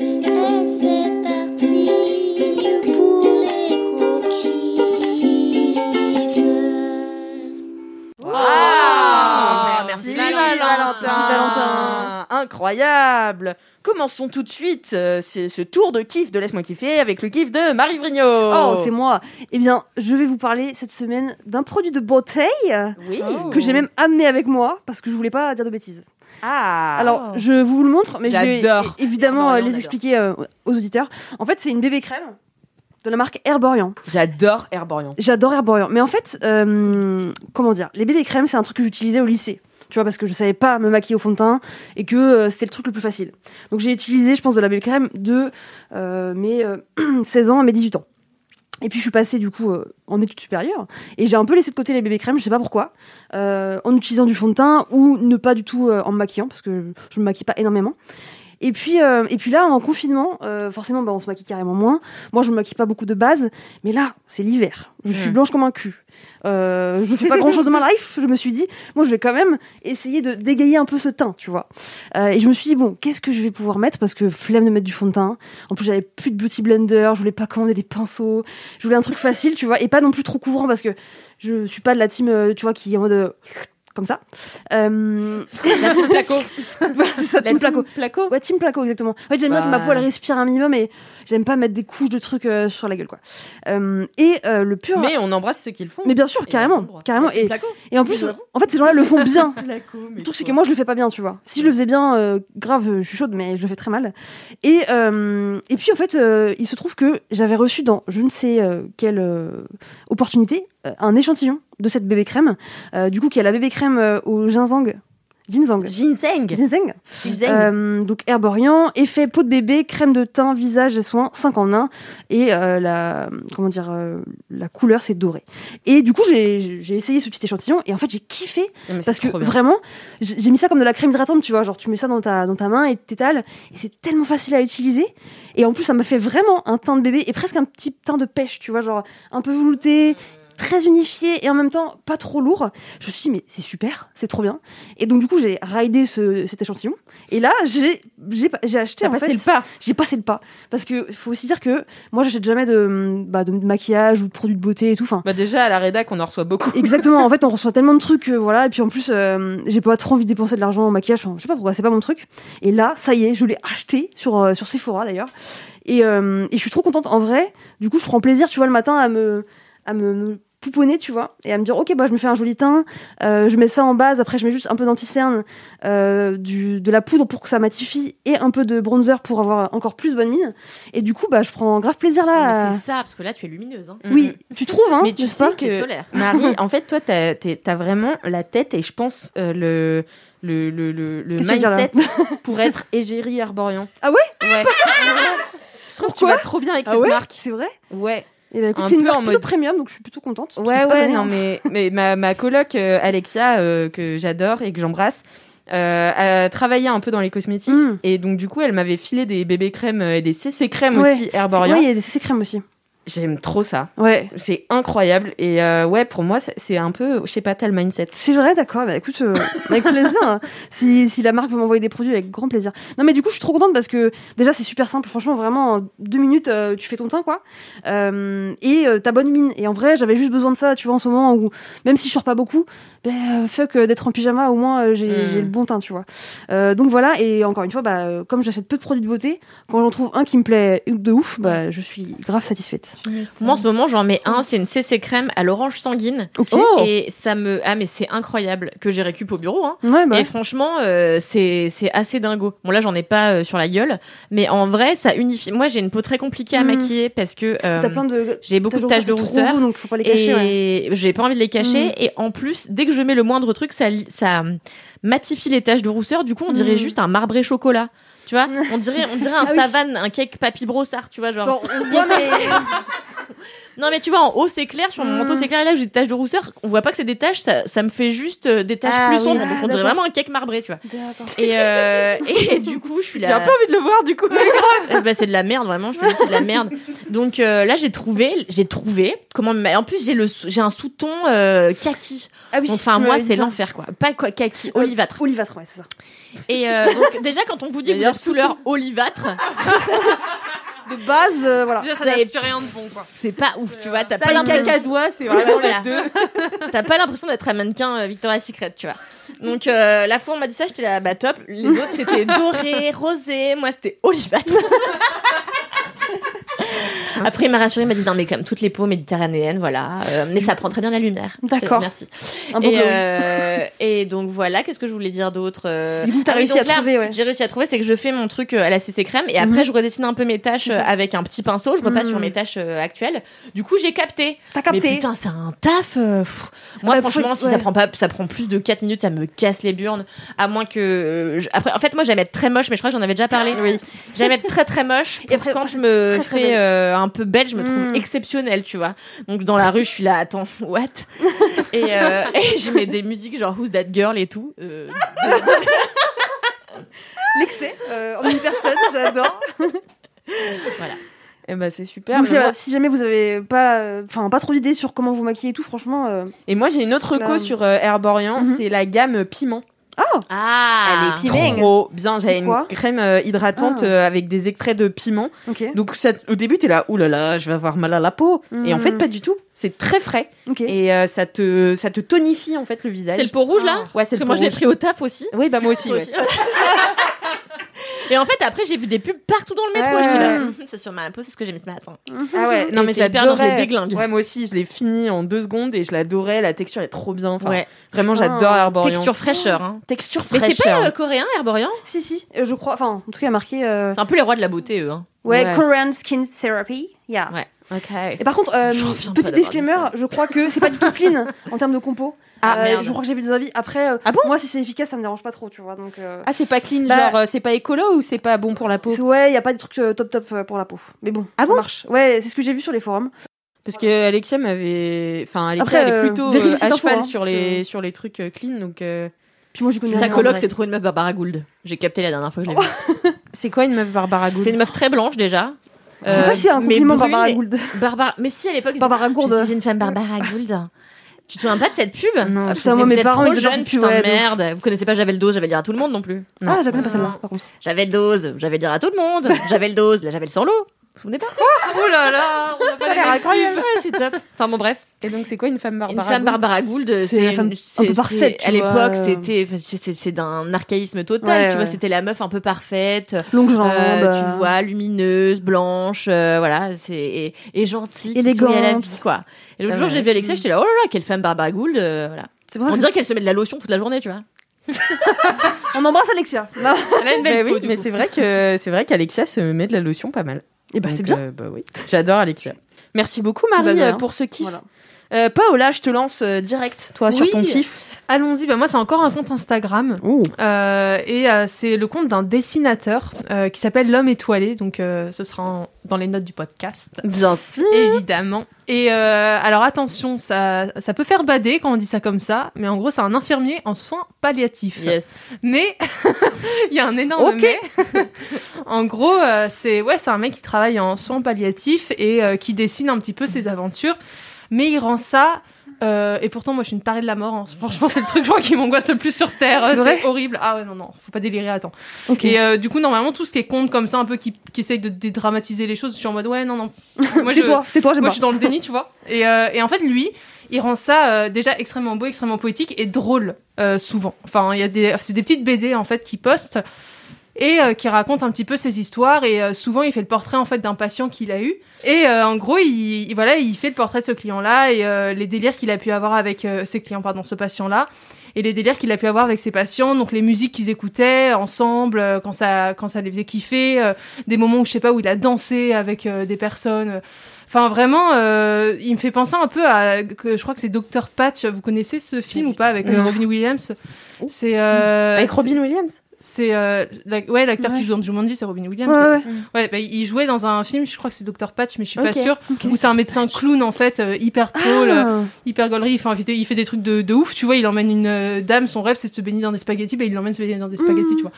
Et c'est parti pour les gros kiffs.
Ah,
merci,
Oh, Valentin.
Valentin.
Valentin. Incroyable. Commençons tout de suite euh, ce, ce tour de kiff de Laisse-moi kiffer avec le kiff de Marie Vrigno.
Oh, c'est moi. Eh bien, je vais vous parler cette semaine d'un produit de beauté euh,
Oui.
que j'ai même amené avec moi parce que je voulais pas dire de bêtises.
Ah.
Alors, je vous le montre, mais je vais
J'adore.
é- évidemment
Herborian,
euh,
on
les
adore.
expliquer euh, aux auditeurs. En fait, c'est une bébé crème de la marque Herborian.
j'adore Herborian.
J'adore Herborian. Mais en fait, euh, comment dire, les bébés crèmes, c'est un truc que j'utilisais au lycée. Tu vois, parce que je savais pas me maquiller au fond de teint et que euh, c'était le truc le plus facile. Donc j'ai utilisé, je pense, de la bébé crème de euh, mes euh, 16 ans à mes 18 ans. Et puis je suis passée du coup euh, en études supérieures et j'ai un peu laissé de côté les bébés crèmes, je sais pas pourquoi, euh, en utilisant du fond de teint ou ne pas du tout euh, en me maquillant parce que je me maquille pas énormément. Et puis, euh, et puis là, en confinement, euh, forcément, bah, on se maquille carrément moins. Moi, je me maquille pas beaucoup de base, mais là, c'est l'hiver. Je suis
Mm.
blanche comme un cul. Euh, je fais pas grand chose de ma life. Je me suis dit, moi, je vais quand même essayer de dégayer un peu ce teint, tu vois. Euh, et je me suis dit, bon, qu'est-ce que je vais pouvoir mettre Parce que flemme de mettre du fond de teint. En plus, j'avais plus de beauty blender. Je voulais pas commander des pinceaux. Je voulais un truc facile, tu vois, et pas non plus trop couvrant parce que je suis pas de la team, euh, tu vois, qui est en mode. euh, comme ça. Euh,
La team placo.
voilà, c'est ça, Team Placo. Ouais, Team Placo, exactement. En fait, j'aime bien que ma
Bah.
peau, elle respire un minimum et j'aime pas mettre des couches de trucs euh, sur la gueule, quoi. Euh, et euh, le pur.
Mais on embrasse ceux qui le font.
Mais bien sûr,
Et
carrément,
elles ont le droit.
carrément. Et,
placo.
et en plus, en fait, ces gens-là le font bien.
Placo, mais
Le truc, c'est que
quoi.
moi, je le fais pas bien, tu vois. Si je le faisais bien, euh, grave, euh, je suis chaude, mais je le fais très mal. Et, euh, et puis, en fait, euh, il se trouve que j'avais reçu dans je ne sais euh, quelle euh, opportunité euh, un échantillon de cette bébé crème. Euh, du coup, qui est la bébé crème euh, au ginseng. Ginseng.
Ginseng.
Ginseng. Euh, donc herborian, effet peau de bébé, crème de teint, visage et soins, 5 en 1. Et euh, la, comment dire, euh, la couleur, c'est doré. Et du coup, j'ai j'ai essayé ce petit échantillon et en fait, j'ai kiffé
Non, mais c'est
parce que
trop bien.
vraiment, j'ai j'ai mis ça comme de la crème hydratante, tu vois. Genre, tu mets ça dans ta, dans ta main et t'étales. Et c'est tellement facile à utiliser. Et en plus, ça m'a fait vraiment un teint de bébé et presque un petit teint de pêche, tu vois. Genre, un peu velouté, très unifié et en même temps pas trop lourd. Je me suis dit, mais c'est super, c'est trop bien. Et donc, du coup, j'ai raidé ce, cet échantillon. Et là, j'ai j'ai pas- j'ai acheté.
T'as
en
passé
fait,
le pas.
j'ai passé le pas. Parce que faut aussi dire que moi, j'achète jamais de, bah, de maquillage ou de produits de beauté et tout. Enfin,
Bah déjà à la rédac on en reçoit beaucoup.
Exactement, en fait, on reçoit tellement de trucs, euh, voilà, et puis en plus, euh, j'ai pas trop envie de dépenser de l'argent en maquillage, enfin, je sais pas pourquoi, c'est pas mon truc. Et là, ça y est, je l'ai acheté sur, euh, sur Sephora d'ailleurs, et, euh, et je suis trop contente en vrai. Du coup, je prends plaisir, tu vois, le matin à me, à me, me pouponner, tu vois, et à me dire, ok, bah, je me fais un joli teint, euh, je mets ça en base, après, je mets juste un peu d'anticerne, euh, du- de la poudre pour que ça matifie, et un peu de bronzer pour avoir encore plus bonne mine. Et du coup, bah, je prends grave plaisir
Ah,
là.
Mais C'est ça, parce que là, tu es lumineuse. Hein.
Oui, tu trouves, hein,
Mais tu
n'est-ce
sais
pas
Tu es
que-
solaire.
Marie, en fait toi t'as t'es- t'as vraiment la tête et je pense euh, le le, le, le, le
Qu'est-ce que tu veux
mindset pour être égérie Arborian.
Ah ouais
Ouais. Je trouve que tu
Pourquoi
vas trop bien avec
Ah
cette
ouais
marque.
C'est vrai
Ouais.
Eh ben, écoute,
Un
c'est une
peu
marque
en
plutôt
mode-
premium, donc je suis plutôt contente. parce que
Ouais,
c'est pas
ouais,
donné,
non,
hein.
mais, mais ma, ma coloc euh, Alexia, euh, que j'adore et que j'embrasse, euh, a travaillé un peu dans les cosmétiques.
Mm.
Et donc, du coup, elle m'avait filé des bébés crèmes euh, et des CC crèmes
Ouais.
aussi,
C'est-
Herborian.
ouais, il y a des CC crèmes aussi.
J'aime trop ça.
Ouais.
C'est incroyable. Et euh, ouais, pour moi, c'est- c'est un peu, je sais pas, t'as le mindset.
C'est vrai, d'accord. Bah écoute, euh, avec plaisir. hein. Si, si la marque veut m'envoyer des produits, avec grand plaisir. Non, mais du coup, je suis trop contente parce que déjà, c'est super simple. Franchement, vraiment, en deux minutes, euh, tu fais ton teint, quoi. Euh, et euh, ta bonne mine. Et en vrai, j'avais juste besoin de ça, tu vois, en ce moment où, même si je sors pas beaucoup, ben, euh, fuck, euh, d'être en pyjama, au moins, euh, j'ai
Mm.
j'ai le bon teint, tu vois. Euh, donc voilà. Et encore une fois, bah, euh, comme j'achète peu de produits de beauté, quand j'en trouve un qui me plaît de ouf, bah, je suis grave satisfaite.
Moi, en ce moment, j'en mets un. C'est une CC crème à l'orange sanguine.
Ok.
Oh.
Et ça me. Ah, mais c'est incroyable que j'ai récup au bureau. Hein.
Ouais, bah.
Et franchement, euh, c'est c'est assez dingo. Bon là, j'en ai pas euh, sur la gueule, mais en vrai, ça unifie. Moi, j'ai une peau très compliquée à
Mhm.
maquiller parce que euh,
T'as plein de.
j'ai beaucoup de taches de rousseur
donc faut pas les cacher. ouais.
et j'ai pas envie de les cacher.
Mhm.
Et en plus, dès que je mets le moindre truc, ça li- ça matifie les taches de rousseur. Du coup, on dirait
Mhm.
juste un marbré chocolat. Tu vois, on dirait on dirait un
Ah oui.
savane, un cake papy brossard. Tu vois, genre.
Genre, on voit, mais-
Non mais tu vois, en haut c'est clair, sur mon
Mhm.
manteau c'est clair. Et là, j'ai des taches de rousseur. On voit pas que c'est des taches. Ça, ça me fait juste euh, des taches
Ah
plus
oui.
sombres.
Ah,
donc on dirait
d'accord.
vraiment un cake marbré. Tu vois. Et, euh, et du coup, je suis là.
J'ai un peu envie de le voir, du coup.
Euh, bah, c'est de la merde, vraiment. Je fais c'est de la merde. Donc euh, là, j'ai trouvé, j'ai trouvé. Comment me- En plus, j'ai le, sou- j'ai un sous-ton euh, kaki.
Ah oui,
Enfin,
tu
moi,
m'avais dit
c'est
ça.
l'enfer, quoi. Pas quoi, kaki, olivâtre.
Olivâtre, ouais, c'est ça.
Et euh, donc, déjà, quand on vous dit que vous
D'ailleurs,
êtes couleur olivâtre,
De base, euh, voilà.
Déjà, ça
Ouais.
n'inspire rien de bon, quoi.
c'est pas ouf, tu vois. T'as pas
Ça, et
l'impression.
cacadois, c'est vraiment les
Voilà.
deux.
T'as pas l'impression d'être un mannequin euh, Victoria's Secret, tu vois. Donc euh, la fois on m'a dit ça, j'étais là, bah top. Les autres c'était doré, rosé, moi c'était olivâtre. Après il m'a rassuré, il m'a dit non mais comme toutes les peaux méditerranéennes, voilà. euh, mais ça prend très bien la lumière.
D'accord.
Merci.
Un bon
Et,
glow.
euh, et donc voilà, qu'est-ce que je voulais dire d'autre euh,
Du coup, t'as
ah oui,
réussi
donc
à trouver, ouais.
J'ai réussi à trouver, c'est que je fais mon truc euh, à la CC crème et après
Mhm.
je redessine un peu mes taches
C'est ça.
euh, avec un petit pinceau, je repasse
Mhm.
sur mes taches euh, actuelles. Du coup j'ai capté.
T'as capté.
Mais putain, c'est un taf. euh, pff. Moi,
bah,
franchement,
faut-
si
ouais.
ça prend pas, ça prend plus de 4 minutes, ça me casse les burnes. À moins que, euh, je- après, en fait, moi, j'aime être très moche, mais je crois que j'en avais déjà parlé. oui. J'aime être très très moche.
Et
Et
après,
quand je me
très, très
fais
belle.
euh, un peu belle, je me trouve
Mm.
exceptionnelle, tu vois. Donc dans la rue, je suis là, attends, what Et, euh, et je mets des musiques genre Who's That Girl et tout. euh,
L'excès, euh,
Une personne, j'adore.
Voilà.
Et bah, c'est super.
donc,
mais
c'est-
moi-
si jamais vous avez pas, euh, enfin, pas trop d'idées sur comment vous maquillez et tout, franchement. euh,
Bah
Et moi, j'ai une autre
Là.
reco sur euh, Herborian,
Mhm.
c'est la gamme piment.
Ah
Elle est bilingue.
Trop bien,
C'est
j'avais une
quoi
crème euh, hydratante
Ah.
euh, avec des extraits de piment.
Ok.
Donc ça, au début, t'es là, oulala, là là, je vais avoir mal à la peau. Et en fait,
Mhm.
Mm.
pas du tout. C'est très frais
Ok.
et euh, ça te ça te tonifie en fait le visage.
C'est le pot rouge là
Ouais, Ah. c'est
Parce
le
que moi
pot
je l'ai
rouge.
pris au taf aussi.
Oui, bah moi aussi.
Toi
ouais.
aussi. Et en fait, après, j'ai vu des pubs partout dans le métro.
Ouais,
je dis,
ouais,
là, Hum, c'est sur ma peau, c'est ce que j'ai mis ce matin.
Ah ouais, non
Et
mais
c'est hyper dangereux,
j'adorais.
je les déglingue.
Ouais, moi aussi, je l'ai fini en deux secondes et je l'adorais. La texture est trop bien. Enfin,
ouais.
Vraiment,
Putain.
j'adore Herborian.
Texture fraîcheur. hein.
texture
Mais c'est pas euh,
fraîcheur.
coréen, Herborian
Si, si, euh, je crois. Enfin, en tout cas, marqué. euh,
C'est un peu les rois de la beauté, eux. hein.
Ouais,
Ouais.
Korean Skin Therapy. Yeah.
Ouais.
Et par contre, euh,
Je reviens pas
petit
d'avoir dit
disclaimer,
ça.
je crois que c'est pas du tout clean en termes de compo.
Ah,
Euh,
merde.
je crois que j'ai vu des avis. Après, euh,
Ah bon
moi, si c'est efficace, ça me dérange pas trop, tu vois. Donc, euh,
Ah, c'est pas clean,
Bah-
genre euh, c'est pas écolo ou c'est pas bon pour la peau
c'est- ouais, il y a pas de trucs euh, top top euh, pour la peau. Mais bon,
Ah
ça
bon
marche. Ouais, c'est ce que j'ai vu sur les forums.
Parce que Alexia m'avait. Enfin, Alexia,
Après,
elle est
euh,
plutôt
vérifie
euh,
cette
à
info,
cheval
hein,
sur,
parce
les, sur les trucs euh, clean. Donc, euh,
Puis moi, j'y connais
Ta
rien, en
coloc,
vrai.
c'est trop une meuf Barbara Gould. J'ai capté la dernière fois que je l'ai vue.
c'est quoi une meuf Barbara Gould
C'est une meuf très blanche déjà.
Je sais
Euh,
pas si c'est un
mais
compliment
brune
Barbara
et-
Gould.
Barbara... Mais si, à l'époque, ils
Barbara
Je
Gourde.
suis une femme Barbara Gould. Tu te souviens pas de cette pub
Non.
Ah,
Putain,
vous
moi, mes
êtes
parents,
trop
ils adorent
jeune,
cette pub,
putain,
ouais, de
merde. Vous connaissez pas J'avais le dose, j'avais le dire à tout le monde non plus.
Non.
Ah, j'appelle pas celle-là, par contre.
J'avais le dose, j'avais le dire à tout le monde. J'avais le dose, là j'avais le sans l'eau. Vous vous souvenez pas Oh là là, on a pas
l'air incroyable.
Ouais, c'est top. Enfin bon, bref.
Et donc, c'est quoi une femme Barbara
une femme
Gould
Barbara Gould,
C'est la
une-
femme un
c'est-
peu parfaite,
c'est-
tu
À
vois.
l'époque, c'était, enfin, c'est- c'est c'est d'un archaïsme total.
Ouais,
tu vois,
ouais.
c'était la meuf un peu parfaite, euh,
Longue jambe.
tu vois, lumineuse, blanche, euh, voilà, c'est et, et gentille, qui
Élégante. Mm.
sourit à la vie, quoi. Et l'autre
Ah
jour,
ouais.
j'ai vu Alexia, j'étais là, oh là là, quelle femme Barbara Gould, euh, voilà.
C'est
On
pour ça
dirait qu'elle se met de la lotion toute la journée, tu vois.
qu'on embrasse Alexia. Non.
Elle a une
Bah oui, mais c'est vrai que c'est vrai qu'Alexia se met de la lotion pas mal. Et
bah, c'est bien.
bah oui, j'adore Alexia. Merci beaucoup
Bah,
Marie
de rien.
euh, pour ce kiff.
Voilà.
Euh, Paola, je te lance euh, direct toi sur
Oui.
ton kiff.
Allons-y, bah, moi c'est encore un compte Instagram. Euh, et euh, c'est le compte d'un dessinateur euh, qui s'appelle L'homme étoilé. Donc euh, ce sera en- dans les notes du podcast.
Bien sûr.
Évidemment. Et euh, alors attention, ça, ça peut faire bader quand on dit ça comme ça, mais en gros, c'est un infirmier en soins palliatifs.
Yes.
Mais il y a un énorme
Ok.
mais. en gros, euh, c'est ouais, c'est un mec qui travaille en soins palliatifs et euh, qui dessine un petit peu ses aventures, mais il rend ça. euh, et pourtant, moi, je suis une tarée de la mort. hein. Franchement, c'est le truc je crois, qui m'angoisse le plus sur terre.
C'est
Euh,
vrai
C'est horrible. Ah ouais, non, non, faut pas délirer. Attends.
Ok.
Et euh, du coup, normalement, tout ce qui est conte comme ça, un peu qui, qui essaye de dédramatiser les choses, je suis en mode ouais, non, non. Moi, je,
Tais-toi, tais-toi, j'aime
moi,
pas.
je suis dans le déni, tu vois. Et, euh, et en fait, lui, il rend ça euh, déjà extrêmement beau, extrêmement poétique et drôle, euh, souvent. Enfin, il y a des, c'est des petites BD, en fait, qui postent et euh, qui racontent un petit peu ses histoires. Et euh, souvent, il fait le portrait, en fait, d'un patient qu'il a eu. Et euh, en gros, il, il- voilà, il fait le portrait de ce client-là et euh, les délires qu'il a pu avoir avec euh, ses clients, pardon, ce patient-là. Et les délires qu'il a pu avoir avec ses patients, donc les musiques qu'ils écoutaient ensemble, euh, quand ça, quand ça les faisait kiffer, euh, des moments où je sais pas où il a dansé avec euh, des personnes. Enfin, vraiment, euh, il me fait penser un peu à. que je crois que c'est Dr. Patch. Vous connaissez ce film ou pas avec euh,
Non.
Robin Williams C'est. euh,
Avec Robin Williams.
C'est. euh, la- ouais, l'acteur qui joue dans Jumanji, c'est Robin Williams.
Ouais, ouais.
Ouais, bah, il jouait dans un film, je crois que c'est Dr. Patch, mais je suis
Ok.
pas sûre, où c'est un médecin clown en fait, euh, hyper troll, euh,
Ah.
hyper gaulerie, enfin, il fait, il fait des trucs de, de ouf, tu vois, il emmène une euh, dame, son rêve c'est de se baigner dans des spaghettis, bah, il l'emmène se baigner dans des spaghettis, tu vois.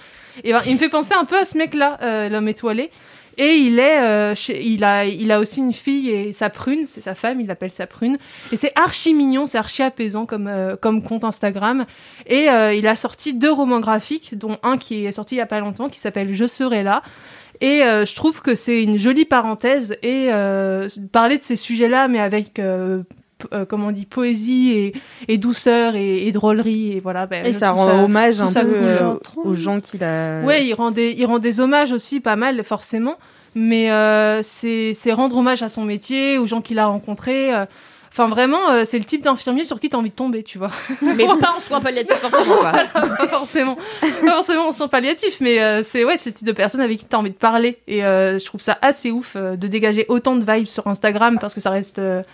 Et ben, il me fait penser un peu à ce mec-là, euh, l'homme étoilé, et il est, euh, chez- il, a, il a aussi une fille et sa prune, c'est sa femme, il l'appelle sa prune, et c'est archi mignon, c'est archi apaisant comme, euh, comme compte Instagram, et euh, il a sorti deux romans graphiques, dont un qui est sorti il y a pas longtemps, qui s'appelle Je serai là, et euh, je trouve que c'est une jolie parenthèse et euh, parler de ces sujets-là, mais avec euh, p- euh, comment on dit poésie et, et douceur et, et drôlerie et voilà. ben,
Et
je
ça
trouve
rend hommage un
ça
peu
me
euh,
concentre
aux gens qu'il a.
Ouais, il rend des il rend des hommages aussi pas mal forcément, mais euh, c'est c'est rendre hommage à son métier, aux gens qu'il a rencontrés. euh. Enfin vraiment, euh, c'est le type d'infirmier sur qui t'as envie de tomber, tu vois.
Mais pas en soins palliatifs forcément, quoi.
pas forcément, pas forcément en soins palliatifs, mais euh, c'est ouais, c'est le type de personne avec qui t'as envie de parler. Et euh, je trouve ça assez ouf euh, de dégager autant de vibes sur Instagram parce que ça reste euh,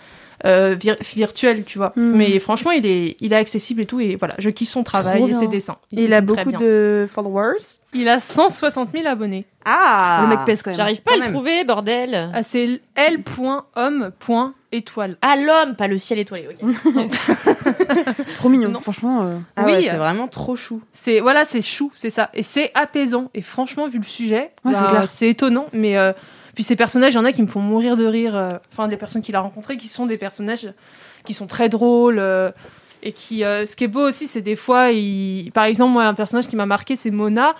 euh, vir- virtuel, tu vois.
Mm.
Mais franchement, il est, il est accessible et tout. Et voilà, je kiffe son travail et
bien.
ses dessins.
Et il a
dessine très
beaucoup
bien.
de followers.
Il a 160 000 abonnés.
Ah.
Le mec pèse quand même.
J'arrive pas à
Quand
le
même.
trouver, bordel.
Ah, c'est l.homme.étoile.
Ah, l'homme, pas le ciel étoilé, ok.
Mm. Ah, Trop mignon,
Non.
franchement. euh,
Ah
Oui.
ouais, c'est vraiment trop chou.
C'est voilà, c'est chou, c'est ça, et c'est apaisant. Et franchement, vu le sujet,
Ouais,
bah,
c'est clair.
c'est étonnant. Mais euh, puis ces personnages, il y en a qui me font mourir de rire. euh, Enfin, des personnes qu'il a rencontrées, qui sont des personnages qui sont très drôles. euh, Et qui, euh, ce qui est beau aussi, c'est des fois, il- par exemple, moi, un personnage qui m'a marqué, c'est Mona,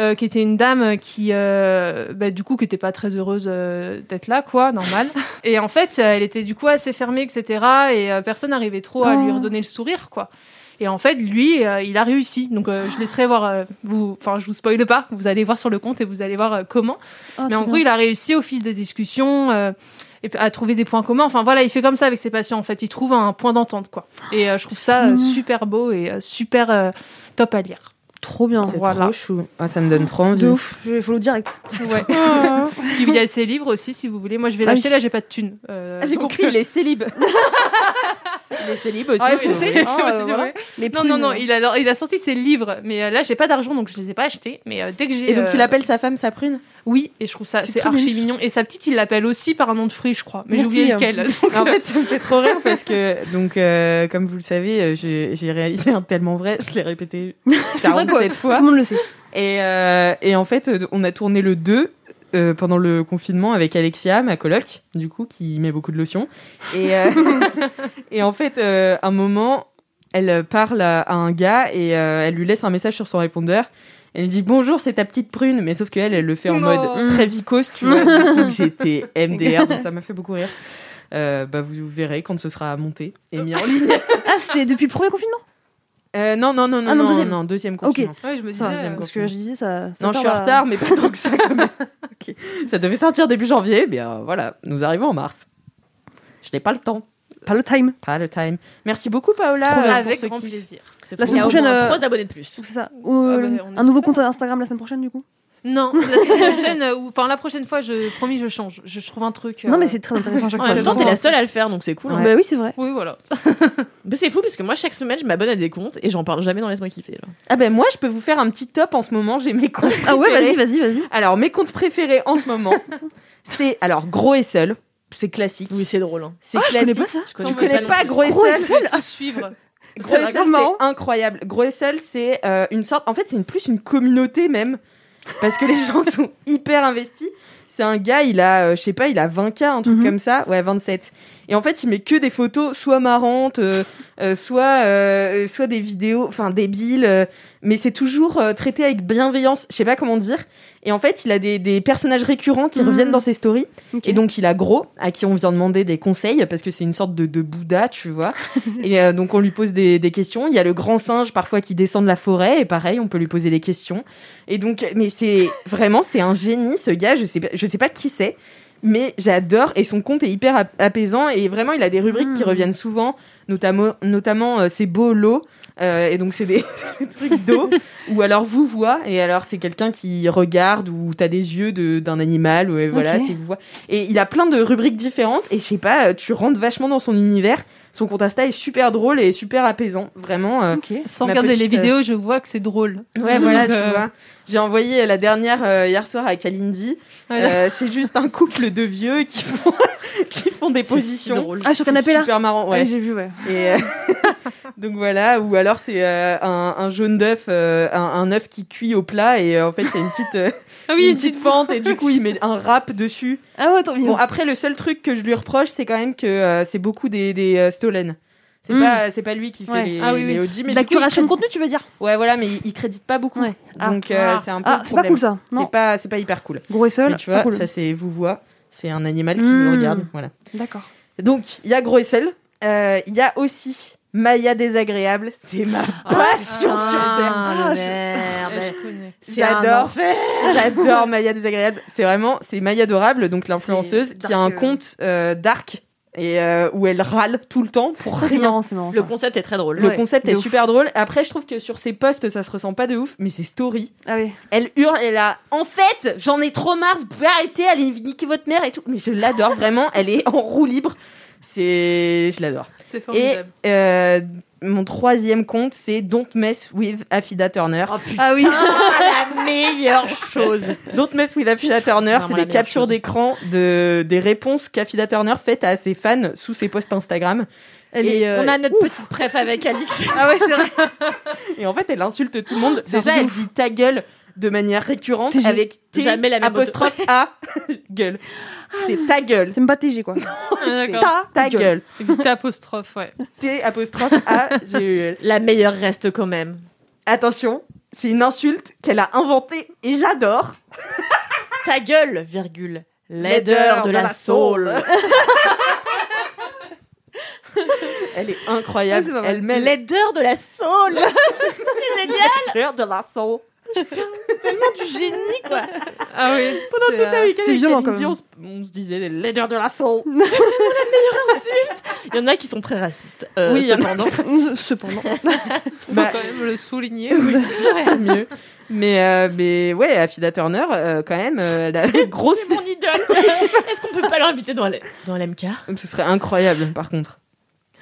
euh, qui était une dame qui, euh, bah, du coup, qui était pas très heureuse euh, d'être là, quoi, normal. Et en fait, euh, elle était du coup assez fermée, etc. Et euh, personne n'arrivait trop à
Oh.
lui redonner le sourire, quoi. Et en fait, lui, euh, il a réussi. Donc, euh, je laisserai voir. euh, vous, enfin, je vous spoile pas. Vous allez voir sur le compte et vous allez voir euh, comment.
Ah,
Mais en gros, il a réussi au fil des discussions. euh, et puis à trouver des points communs. Enfin voilà, il fait comme ça avec ses patients. En fait, il trouve un point d'entente quoi. Et euh, je trouve ça euh, super beau et euh, super euh, top à lire.
Trop bien.
C'est
Voilà.
trop chou. Ah, ça me donne trop envie.
De ouf, il faut le direct.
Puis il y a ses livres aussi si vous voulez. Moi, je vais
Ah
l'acheter
oui.
là. J'ai pas de thune. Euh,
Ah, J'ai
donc-
compris, il est célib. il est célib aussi.
Ah,
si
oui,
vous
c'est-
voulez.
c'est
euh,
vrai.
voilà. Les
Non,
prunes.
non, non, il a, il a sorti ses livres, mais euh, là j'ai pas d'argent donc je les ai pas achetés. Mais euh, dès que j'ai.
Et donc,
euh,
il appelle sa femme sa prune
Oui, et je trouve ça
C'est
c'est
trop
archi
mignon.
mignon. Et sa petite, il l'appelle aussi par un nom de fruit, je crois. Mais j'ai
Merci,
oublié
hein.
lequel. donc,
En fait, ça me fait trop rire parce que, donc, euh, comme vous le savez, euh, j'ai j'ai réalisé un tellement vrai, je l'ai répété
C'est
47
vrai quoi.
fois.
Tout le monde le sait.
Et, euh, et en fait, euh, on a tourné le 2 euh, pendant le confinement avec Alexia, ma coloc, du coup, qui met beaucoup de lotion. Et, euh, et en fait, euh, un moment, elle parle à, à un gars et euh, elle lui laisse un message sur son répondeur. Elle lui dit bonjour, c'est ta petite prune, mais sauf qu'elle, elle le fait en
Non.
mode très vicose, tu vois. Du coup, J'étais MDR, donc ça m'a fait beaucoup rire. Euh, bah, vous verrez quand ce sera monté et mis en ligne.
Ah, c'était depuis le premier confinement
Euh, non, non, non, non,
Ah non,
non,
deuxième.
non, deuxième confinement.
ouais, je me disais.
Ça,
euh,
Parce que je disais ça. ça
Non, je suis
tarde
en
à-
retard, mais pas tant que ça. quand même. Ok. Ça devait sortir début janvier, eh bien voilà, nous arrivons en mars. Je n'ai pas le temps,
Pas le time.
pas le time. Merci beaucoup Paola. euh, pour
Ah, avec
ce
grand
kiff.
plaisir.
C'est
La
trop
Il y
bien.
semaine
a au moins
prochaine, euh,
trois abonnés de plus.
C'est ça. Ou, euh,
bah, on
un nouveau
espère.
compte Instagram la semaine prochaine, du coup
Non, la semaine prochaine, euh, ou- enfin la prochaine fois, je promis, je change. Je trouve un truc. euh,
Non, mais c'est très intéressant à chaque
En
fois.
même temps, t'es la seule à le faire, donc c'est cool. hein.
Bah oui, c'est vrai.
Oui, voilà.
Mais c'est fou parce que moi, chaque semaine, je m'abonne à des comptes et j'en parle jamais dans Laisse-moi kiffer. là.
Ah ben moi, je peux vous faire un petit top en ce moment. J'ai mes comptes.
Ah ouais,
préférés.
vas-y, vas-y, vas-y.
Alors mes comptes préférés en ce moment, c'est alors Gros et Seul, c'est classique.
Oui, c'est drôle. hein.
C'est
Ah, Je connais
classique.
pas ça.
Je
Tu
Non,
connais
non
pas
plus.
Gros et
Gros et
Seul
Seul
Tout suivre.
Gros et Seul,
marrant.
c'est incroyable. Gros et Seul, c'est euh, une sorte. En fait, c'est une- plus une communauté même. Parce que les gens sont hyper investis. C'est un gars, il a, euh, je sais pas, il a 20K, un truc
Mhm.
comme ça. Ouais, 27. Et en fait, il met que des photos, soit marrantes, euh, euh, soit, euh, soit des vidéos, enfin débiles. euh, mais c'est toujours euh, traité avec bienveillance. Je sais pas comment dire. Et en fait, il a des, des personnages récurrents qui
Mhm.
reviennent dans ses stories.
Ok.
Et donc il a Gros, à qui on vient demander des conseils, parce que c'est une sorte de, de Bouddha, tu vois. et euh, donc on lui pose des, des questions. Il y a le grand singe parfois qui descend de la forêt, et pareil, on peut lui poser des questions. Et donc, mais c'est vraiment, c'est un génie ce gars, je sais, pas- je sais pas qui c'est, mais j'adore, et son compte est hyper ap- apaisant, et vraiment il a des rubriques qui
Mm.
reviennent souvent, notamment, notamment euh, c'est beau l'eau. euh, et donc c'est des trucs d'eau ou alors vous voit et alors c'est quelqu'un qui regarde ou t'as des yeux de- d'un animal ou et voilà
Ok.
c'est vous voit et il a plein de rubriques différentes. Et je sais pas, euh, tu rentres vachement dans son univers. Son compte Insta est super drôle et super apaisant. Vraiment. euh,
Ok.
Sans
Ma
regarder
petite,
les
euh,
vidéos, je vois que c'est drôle.
Ouais, voilà,
Donc,
tu
euh,
vois. J'ai envoyé la dernière euh, hier soir à Kalindi.
Voilà.
Euh, c'est juste un couple de vieux qui font, qui font des positions.
Ah, sur
C'est
canapé là
Super marrant,
Ah
ouais.
oui, j'ai vu, ouais.
Et, euh, donc voilà, ou alors c'est euh, un, un jaune d'œuf, euh, un, un œuf qui cuit au plat et euh, en fait c'est une petite, euh,
Ah oui,
une petite fente et du coup il met un rap dessus.
Ah ouais, tant mieux.
Bon, après, le seul truc que je lui reproche, c'est quand même que euh, c'est beaucoup des, des euh, Stolen. C'est
Mm.
pas, c'est pas lui qui fait
Ouais.
les,
Ah oui, oui.
les OG, mais
la
du coup, il
curation de
crédite-
contenu, tu veux dire
Ouais, voilà, mais il, il crédite pas beaucoup.
Ouais. Ah.
Donc, euh,
Ah.
c'est un peu
Ah,
le
c'est pas
problème.
cool ça. Non.
C'est pas, c'est pas hyper cool.
Gros et seul.
mais tu vois,
pas cool.
ça, c'est vous voit, c'est un animal qui
Mm.
vous regarde. Voilà.
D'accord.
Donc, il y a Gros et Sel. Euh, Il y a aussi Maya Désagréable. C'est ma passion sur Terre.
Ah,
Ah, je-
merde.
je connais.
C'est un
J'adore.
enfer.
J'adore Maya désagréable. C'est vraiment, c'est Maya adorable, donc l'influenceuse,
C'est
qui a un
dark, euh.
compte euh, dark et euh, où elle râle tout le temps pour
Ça, c'est
rien.
marrant, c'est marrant.
Le
ça.
concept est très drôle.
Le
Ouais,
concept
de
est
ouf.
super drôle. Après, je trouve que sur ses posts, ça se ressent pas de ouf, mais ses stories,
Ah oui.
elle hurle, elle a. En fait, j'en ai trop marre. Vous pouvez arrêter, allez niquer votre mère et tout. Mais je l'adore vraiment. Elle est en roue libre. C'est, je l'adore.
C'est
Et
formidable.
euh, mon troisième compte, c'est Don't Mess with Afida Turner.
Ah oui.
Oh, la meilleure chose.
Don't mess with Afida Turner,
vraiment
c'est
la
des
meilleure
captures
chose.
d'écran de des réponses qu'Afida Turner fait à ses fans sous ses posts Instagram. Et, euh,
on a notre petite préf avec Alix.
Ah ouais, c'est vrai.
Et en fait, elle insulte tout le monde.
C'est un
Déjà,
truc
elle
de
dit ta gueule. de manière récurrente
TG.
avec T
Jamais la même Ah.
apostrophe A gueule. C'est ta gueule.
T'aimes pas TG, quoi.
Ah, D'accord.
Ta, ta
Gueule.
gueule.
Et puis t'as apostrophe, ouais.
T apostrophe A G U L.
La meilleure reste quand même.
Attention, c'est une insulte qu'elle a inventée et j'adore.
Ta gueule, virgule. L'aideur de, la soul.
Elle est
Ouais,
incroyable.
c'est pas mal.
Elle met
L'aideur de la soul.
l'aideur de la soul.
du génie, quoi.
Ah oui.
Pendant
c'est,
tout un
euh,
week-end,
c'est
avec
violent,
Kalindi,
quand même.
on se- on se disait l'aideur de la soul.
Il y en a qui sont très racistes. euh,
Euh,
Oui, il y en a.
cependant.
Cependant.
Faut
Bah,
quand même le souligner.
tant mieux. Mais, euh, mais ouais, Afida Turner, euh, quand même, euh, elle a une grosse.
C'est mon idole. Est-ce qu'on peut pas l'inviter dans, la- dans l'MK
Ce serait incroyable, par contre.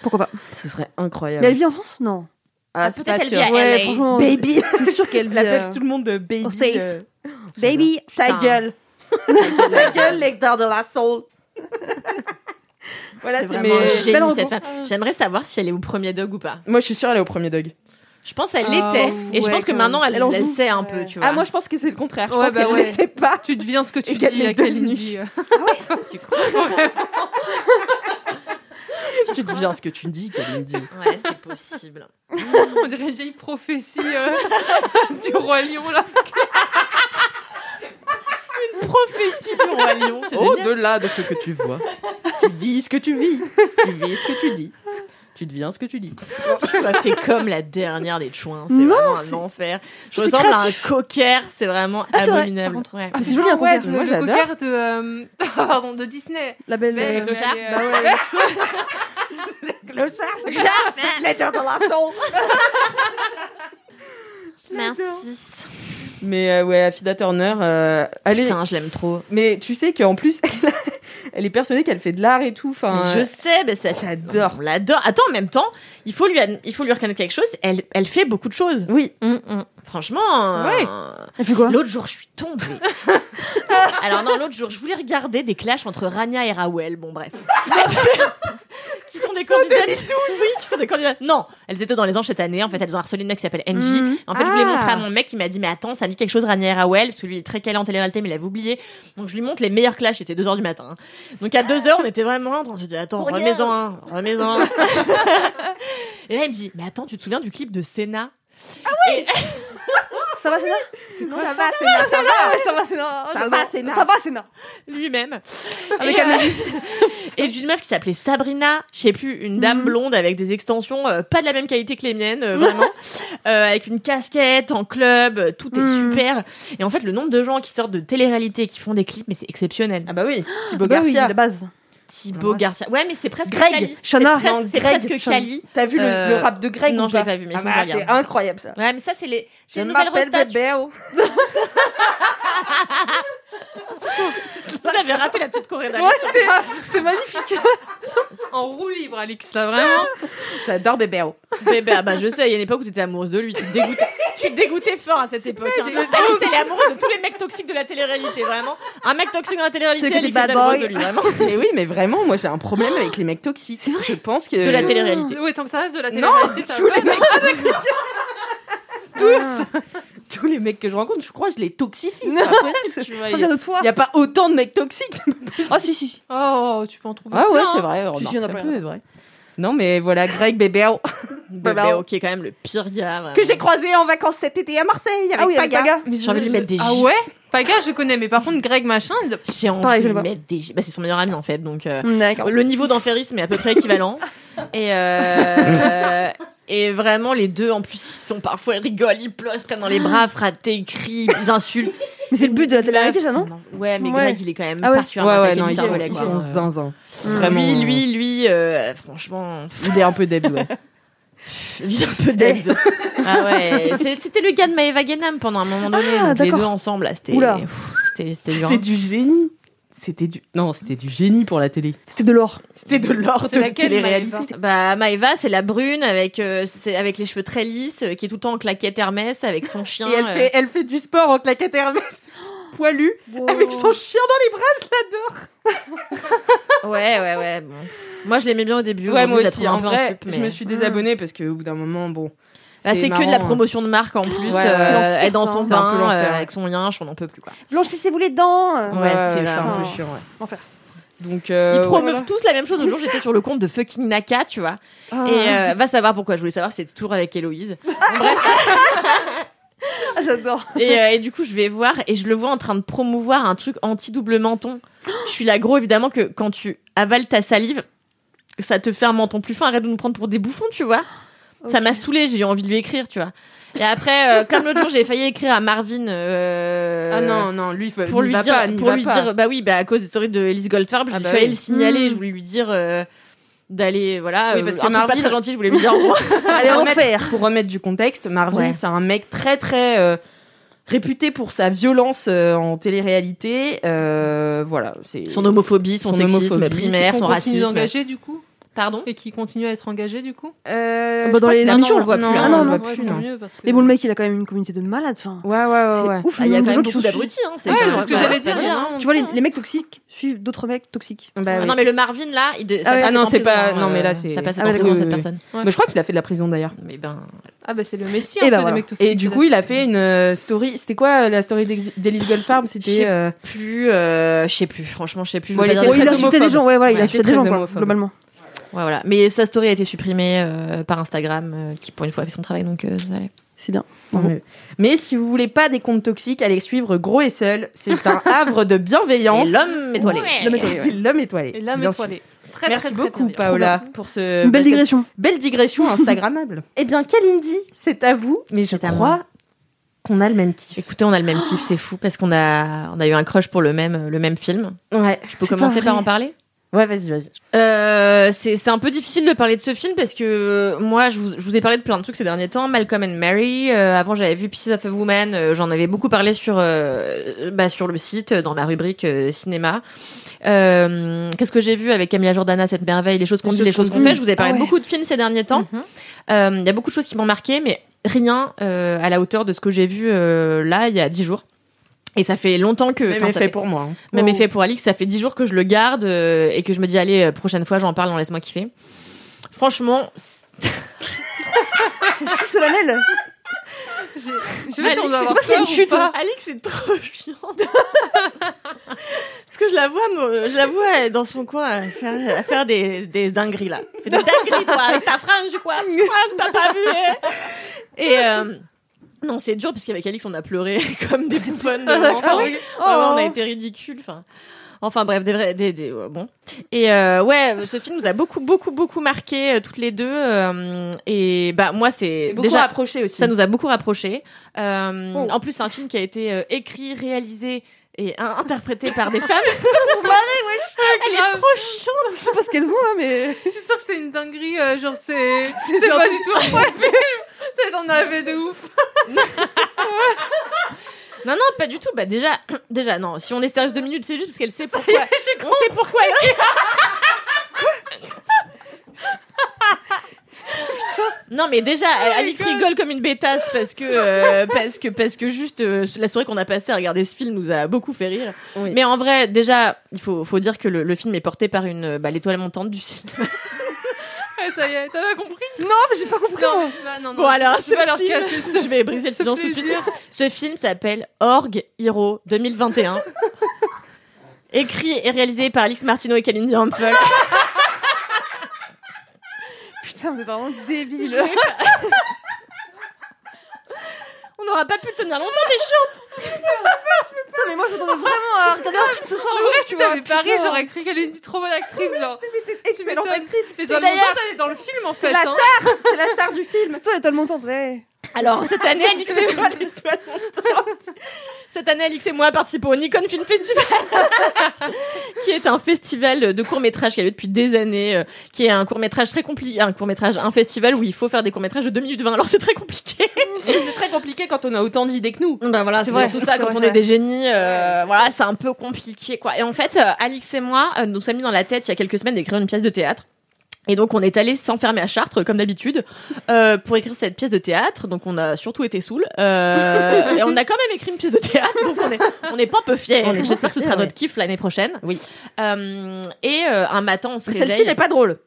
Pourquoi pas
Ce serait
Mais elle
incroyable.
vit en France Non.
Ah,
c'est
peut-être
pas
elle
sûr.
vit à
Ouais,
LA.
franchement.
Baby.
C'est sûr qu'elle
Elle
vit.
appelle
euh,
tout le monde euh,
aux
baby.
States.
euh,
Baby.
Ta
Putain.
gueule. Ta gueule, l'aideur de la soul. voilà,
C'est
c'est
vraiment
mes.
un Oh, génie,
Belle rencontre.
cette femme. J'aimerais savoir si elle est au premier dog ou pas.
Moi, je suis sûre, elle est au premier dog.
Je pense qu'elle
Ah,
l'était.
ouais,
et je pense que
quand
maintenant, elle,
même. Elle en
elle
joue.
sait un peu,
Ouais.
tu vois.
Ah, moi, je pense que c'est le contraire. Je
Ouais,
pense
bah
qu'elle
ouais.
l'était pas.
Tu deviens ce que tu
Et qu'elle
dis à euh,
l'est
Kalindi.
tu deviens ce que tu dis, Kalindi.
Ouais, c'est possible.
On dirait une vieille prophétie euh, du roi lion là.
Prophétie du roi lion, c'est
Oh,
génial.
Au-delà de ce que tu vois, tu dis ce que tu vis. Tu vis ce que tu dis. Tu deviens ce que tu dis.
Tu m'as fait comme la dernière des chouins. C'est
Non,
vraiment un enfer.
c'est
Je ressemble à un cocker. C'est vraiment
Ah, c'est vrai,
abominable.
par
Ouais.
Ah, c'est joli un
ouais,
concert.
de,
Moi,
de
j'adore.
Cocker de, euh, pardon, de Disney.
La belle.
Belle,
euh,
mais
Clochard.
elle est, euh,
Bah ouais.
Clochard, l'aideur de la soul.
Merci.
Mais euh, ouais, Afida Turner, euh, elle est-
Putain, je l'aime trop.
Mais tu sais qu'en plus, elle, a- elle est persuadée qu'elle fait de l'art et tout. Enfin, euh,
Mais je sais, mais ça,
J'adore.
On l'adore. Attends, en même temps, il faut lui, ad- il faut lui reconnaître quelque chose. Elle, elle fait beaucoup de choses.
Oui.
Hum, hum. Franchement.
Ouais.
euh,
Elle fait quoi
L'autre jour, je suis tombée. Alors non, l'autre jour, je voulais regarder des clashs entre Rania et Raoul. Bon, bref. qui sont des candidates. Oui, qui sont des candidates. Non, elles étaient dans les anges cette année. En fait, elles ont harcelé une meuf qui s'appelle Angie.
Mhm.
En fait, je voulais
Ah.
montrer à mon mec. Il m'a dit, mais attends, ça me dit quelque chose, Rania et Raoul. Parce que lui, il est très calé en télé-réalité, mais il avait oublié. Donc, je lui montre les meilleurs clashs. C'était 2h du matin. hein. Donc, à 2h, on était vraiment en train de se dire, attends,
Regarde.
remets-en un, remets-en un. Et là, il me dit, mais attends, tu te souviens du clip de Senna?
Ça va, Sénat
ça va, c'est bien, ça va.
Ça va, Sénat
Ça va, Sénat.
Ça va, Sénat
Lui-même.
Avec
Et, euh,
Amélie.
Et d'une meuf qui s'appelait Sabrina, je sais plus, une
Mhm.
dame blonde avec des extensions euh, pas de la même qualité que les miennes, euh, vraiment, Euh, avec une casquette en club, euh, tout est
Mhm.
super. Et en fait, le nombre de gens qui sortent de télé-réalité et qui font des clips, mais c'est exceptionnel.
Ah bah oui, Thibaut
Bah oui,
Garcia.
la base.
Thibaut
Ah,
Garcia, ouais, mais c'est presque
Greg,
Cali. C'est
Shona.
presque-
Non,
c'est
Greg,
presque
Shona.
Cali.
T'as vu le,
Euh,
le rap de Greg
non,
ou
je l'ai
pas
pas vu, mais
Ah
je vais
bah,
regarder.
c'est incroyable ça.
Ouais, mais ça c'est les. C'est
Je
une nouvelle
m'appelle
resta.
Bébéo.
Vous avez raté la petite choré
Ouais, c'était- c'est magnifique. en roue libre, Alix, là, vraiment.
J'adore Bébéo.
Bébé, ah bah je sais, il y a une époque où t'étais amoureuse de lui, tu te dégoûtais, tu te dégoûtais fort à cette époque. hein. Alix, elle est amoureuse de tous les mecs toxiques de la télé-réalité, vraiment. Un mec toxique dans la télé-réalité,
C'est que des
Alix
bad
est amoureuse
boys.
de lui, hein. vraiment.
mais oui, mais vraiment, moi j'ai un problème avec les mecs toxiques. Je pense que
De la télé-réalité.
Oui, tant que ça reste de la télé.
Non,
ça
tous
va,
les
non
mecs toxiques. Tous. Tous les mecs que je rencontre, je crois, je les toxifie. C'est pas possible, tu vois.
Ça vient de toi
Il n'y a pas autant de mecs toxiques.
Ah, si, si.
Oh, tu peux en trouver.
Ah ouais,
plein,
c'est
hein.
vrai.
Si, si, il y en a plein.
vrai. Non, mais voilà, Greg Bébéo.
Bébé, ok, quand même le pire gars. vraiment.
que j'ai croisé en vacances cet été à Marseille avec
Ah oui, avec
Paga.
Paga.
Mais
J'ai envie de lui mettre des
Ah
gifles.
ouais Paga, je connais, mais par contre, Greg Machin, il-
J'ai envie
Pareil, je le
de lui
vois.
mettre des. Bah, c'est son meilleur ami en fait, donc. euh,
D'accord.
Le niveau d'enferisme est à peu près équivalent. Et, euh, et vraiment, les deux, en plus, ils sont parfois, ils rigolent, ils pleurent, ils se prennent dans les bras, fratés, ils crient, ils insultent.
Mais Ah. c'est le but de la télé-réalité, ça, non
Ouais, mais
Ouais.
Greg, il est quand même
Ah ouais.
particulièrement attaqué du
ils sont,
cervelet,
ils
quoi.
sont
Euh,
zinzin.
Mm.
Vraiment.
Lui, lui, lui, euh, franchement,
Il est un peu debs, ouais.
il est un
Eh.
peu debs. ah ouais, c'est- c'était le gars de Maeva Genam pendant un moment donné,
Ah,
donc les
d'accord.
deux ensemble, là, c'était...
Oula.
pff, C'était c'était dur.
C'était du génie. C'était du. Non, c'était du génie pour la télé.
C'était de l'or.
C'était de l'or de la
laquelle,
télé-réalité.
Maëva
Bah Maeva, c'est la brune avec euh, c'est- avec les cheveux très lisses, euh, qui est tout le temps en claquette Hermès avec son chien.
Et elle
euh,
fait, elle fait du sport en claquette Hermès, poilu, avec son chien dans les bras, je l'adore.
Ouais, ouais, ouais. bon. Moi, je l'aimais bien au début.
Ouais,
aujourd'hui,
moi
je la
aussi,
trouve un
en
peu
vrai,
instup, mais-
je me suis désabonnée parce qu'au bout d'un moment, bon.
Là, Bah, c'est que de la
marrant, hein.
promotion de marque en plus.
Ouais, ouais,
euh,
c'est l'enfer,
elle est dans
ça,
son
c'est un peu
bain,
l'enfer,
euh,
ouais.
avec son linge, on en peut plus quoi.
Blanchissez-vous les dents
Ouais, c'est
c'est un
ça.
peu chiant, ouais.
Enfer.
Donc,
Ils
euh,
promeuvent
voilà.
tous la même chose. Un jour, j'étais sur le compte de fucking Naka, tu vois.
Ah.
Et euh, va savoir pourquoi. Je voulais savoir si c'était toujours avec Héloïse.
Ah, J'adore.
Et, euh, et du coup, je vais voir et je le vois en train de promouvoir un truc anti-double menton. Je suis là, gros, évidemment, que quand tu avales ta salive, ça te fait un menton plus fin. Arrête de nous prendre pour des bouffons, tu vois. Ça m'a saoulé, j'ai eu envie de lui écrire, tu vois. Et après, euh, comme l'autre jour, j'ai failli écrire à Marvin. euh,
Ah non, non, lui, faut-
pour
n'y
lui
va
dire,
pas, n'y
pour
va
lui
pas.
dire, bah oui, bah à cause des stories de Elise Goldfarb, je
Ah
lui
bah
fallait
oui.
le signaler,
Mm.
je voulais lui dire euh, d'aller, voilà,
Oui,
euh,
parce
un
que
truc pas
Marvin-
très gentil, je voulais lui dire.
Allez, remettre, pour remettre du contexte, Marvin,
Ouais.
c'est un mec très très euh, réputé pour sa violence euh, en télé-réalité. Euh, voilà, c'est
son homophobie, son,
Son
sexisme
homophobie,
primaire,
Qui
son
continue
racisme.
d'engager du coup
Pardon.
et qui continue à être engagé du coup.
Euh,
Bah,
je
dans
crois
les
qu'il a-
émissions,
non,
on le voit
non,
plus,
on
hein.
le
Ah, non,
voit
non,
plus,
tant
non.
mieux, parce que-
Mais bon, le mec, il a quand même une communauté de malades. Enfin,
Ouais, ouais,
c'est
Oh, ouais, ouais.
ouf.
Ah,
le
Il y
nombre
a quand
de
même
gens qui
beaucoup
sont suivis.
d'abrutis. Hein, c'est
Ouais,
quand
c'est
même
ce que
pas-
j'allais
pas
dire.
bien, hein.
Tu vois, les, les mecs toxiques suivent d'autres mecs toxiques.
Bah,
Ah
oui.
Non mais le Marvin là, il de- ça
Ah ouais.
passait
Ah non,
en
c'est
prison,
pas-
hein,
non, mais là,
euh,
c'est-
ça passe
Ah ouais,
en prison
d'accord,
cette
oui, oui.
personne.
Mais je crois qu'il a fait de la prison d'ailleurs.
Mais ben,
Ah bah c'est le Messi un
Et
peu
bah
des
voilà.
mecs toxiques.
Eh ben Et du coup, il a fait une euh, story. C'était quoi euh, la story d'Ex- d'Elise Goldfarb
Je
C'était.
sais
euh,
plus, euh, je sais plus. Franchement, je sais plus. je
Bon,
veux
il était
pas dire
Bon,
de
il
très
a
conneries.
insulté des gens, ouais, voilà, il
Ouais,
a insulté
très
des gens, quoi,
homophobe.
globalement.
Ouais, voilà. Mais sa story a été supprimée euh, par Instagram, euh, qui pour une fois a fait son travail, donc euh, ça allait.
C'est bien.
Tant mieux. Mais si vous voulez pas des comptes toxiques, allez suivre Gros et Seul. C'est un havre de bienveillance.
Et l'homme étoilé.
L'homme étoilé. ouais. L'homme étoilé.
Et là,
bien
mais
sûr.
toi, les- très,
Merci
très, très,
beaucoup,
très bien.
Paola, pour ce
Une
bah,
belle
cette
digression.
belle digression Instagrammable. eh bien, Kalindi, c'est à vous. Mais je
C'est à
crois qu'on a le même kiff.
Écoutez, on a le même kiff, c'est fou, parce qu'on a, on a eu un crush pour le même, euh, le même film.
Ouais,
Je peux commencer par en parler
ouais, vas-y, vas-y.
Euh, c'est c'est un peu difficile de parler de ce film parce que euh, moi je vous, je vous ai parlé de plein de trucs ces derniers temps Malcolm and Mary euh, avant j'avais vu Pieces of a Woman euh, j'en avais beaucoup parlé sur euh, bah, sur le site euh, dans ma rubrique euh, cinéma euh, qu'est-ce que j'ai vu avec Camilla Jordana cette merveille les choses qu'on
Les
dit les
choses
choses
qu'on
qu'on
dit.
fait
Mhm.
je vous ai parlé
Ah ouais.
de beaucoup de films ces derniers temps Euh, il y a beaucoup de choses qui m'ont marqué mais rien euh, à la hauteur de ce que j'ai vu euh, là il y a dix jours et ça fait longtemps que
Même
enfin, ça
effet
fait-
pour moi. hein.
même
Wow.
effet pour Alix, ça fait 10 jours que je le garde euh, et que je me dis, allez, euh, prochaine fois, j'en parle, on laisse-moi kiffer. Franchement, c'est-
C'est si solennel.
Je sais pas si on doit avoir
s'il y a
peur ou pas.
Alix, c'est trop chiante. Parce que je la vois, moi, je la vois euh, dans son coin à faire, à faire des, des dingueries, là. Fais des dingueries, toi, avec ta frange, quoi. Tu crois que t'as pas vu, hein Et... euh, non, c'est dur parce qu'avec Alix, on a pleuré comme des bouffonnes. de l'enfant.
Oh.
Ah ouais, on a été ridicule. Enfin, enfin bref, des vrais, des, des- ouais, bon. Et euh, ouais, ce film nous a beaucoup, beaucoup, beaucoup marqué euh, toutes les deux. euh, et bah moi, c'est
Et beaucoup
déjà
approché aussi.
ça nous a beaucoup rapprochés. Euh,
Oh.
En plus, c'est un film qui a été euh, écrit, réalisé et euh, interprété par des femmes. Elle est trop chiante.
Je sais pas ce qu'elles ont là, mais.
Je suis sûre que c'est une dinguerie, euh, genre c'est.
C'est
C'est
un
pas
truc-
du tout un bon film. C'est en avait de ouf.
Non, non, pas du tout. Bah déjà, déjà, non. Si on est sérieuse deux minutes, c'est juste parce qu'elle sait pourquoi. on sait pourquoi. elle- Non mais déjà Alix
rigole.
rigole comme une bêtasse parce que euh, parce que parce que juste euh, la soirée qu'on a passée à regarder ce film nous a beaucoup fait rire.
Oui.
Mais en vrai déjà il faut faut dire que le, le film est porté par une euh, bah, l'étoile montante du cinéma.
Ouais, ça y est, t'avais compris
Non, mais j'ai pas compris.
Non, bah, non, non.
Bon alors, ce
Je vais leur
film,
casser ce-
je vais briser le
ce
silence tout de suite.
plaisir.
Ce film s'appelle Org Hero 2021. Écrit et réalisé par Alix Martineau et Kalindi Hampel.
Putain, mais vraiment débile.
On n'aura pas pu le tenir longtemps.
Putain, mais moi, je m'attendais vraiment à regarder un film ce soir.
En vrai,
tu
tu
vois.
mais pareil,
putain.
j'aurais cru qu'elle est une trop bonne actrice, genre.
Excellente
m'étonnes.
actrice.
Et toi,
d'ailleurs-
elle est dans le film, en fait.
la
hein.
C'est la star du film. C'est toi l'étoile montante, ouais.
Alors cette année, Alix et moi, l'étoile montante. Cette année, Alix et moi participons au Nikon Film Festival, qui est un festival de courts métrages qui a lieu depuis des années, euh, qui est un court métrage très compliqué, un court métrage, un festival où il faut faire des courts métrages de 2 minutes 20. Alors c'est très compliqué.
C'est très compliqué quand on a autant d'idées que nous.
Ben voilà, c'est
vrai,
surtout ça
c'est
quand
vrai,
on
c'est
est des génies, euh, voilà, c'est un peu compliqué quoi. Et en fait, euh, Alix et moi euh, nous sommes mis dans la tête il y a quelques semaines d'écrire une pièce de théâtre. Et donc on est allé s'enfermer à Chartres comme d'habitude euh, pour écrire cette pièce de théâtre. Donc on a surtout été saoul euh, et on a quand même écrit une pièce de théâtre. Donc on est on est pas un peu fiers.
On est pas
J'espère que ce
fiers,
sera
ouais.
notre kiff l'année prochaine.
Oui.
Euh, et euh, un matin on se réveille.
Celle-ci n'est pas drôle.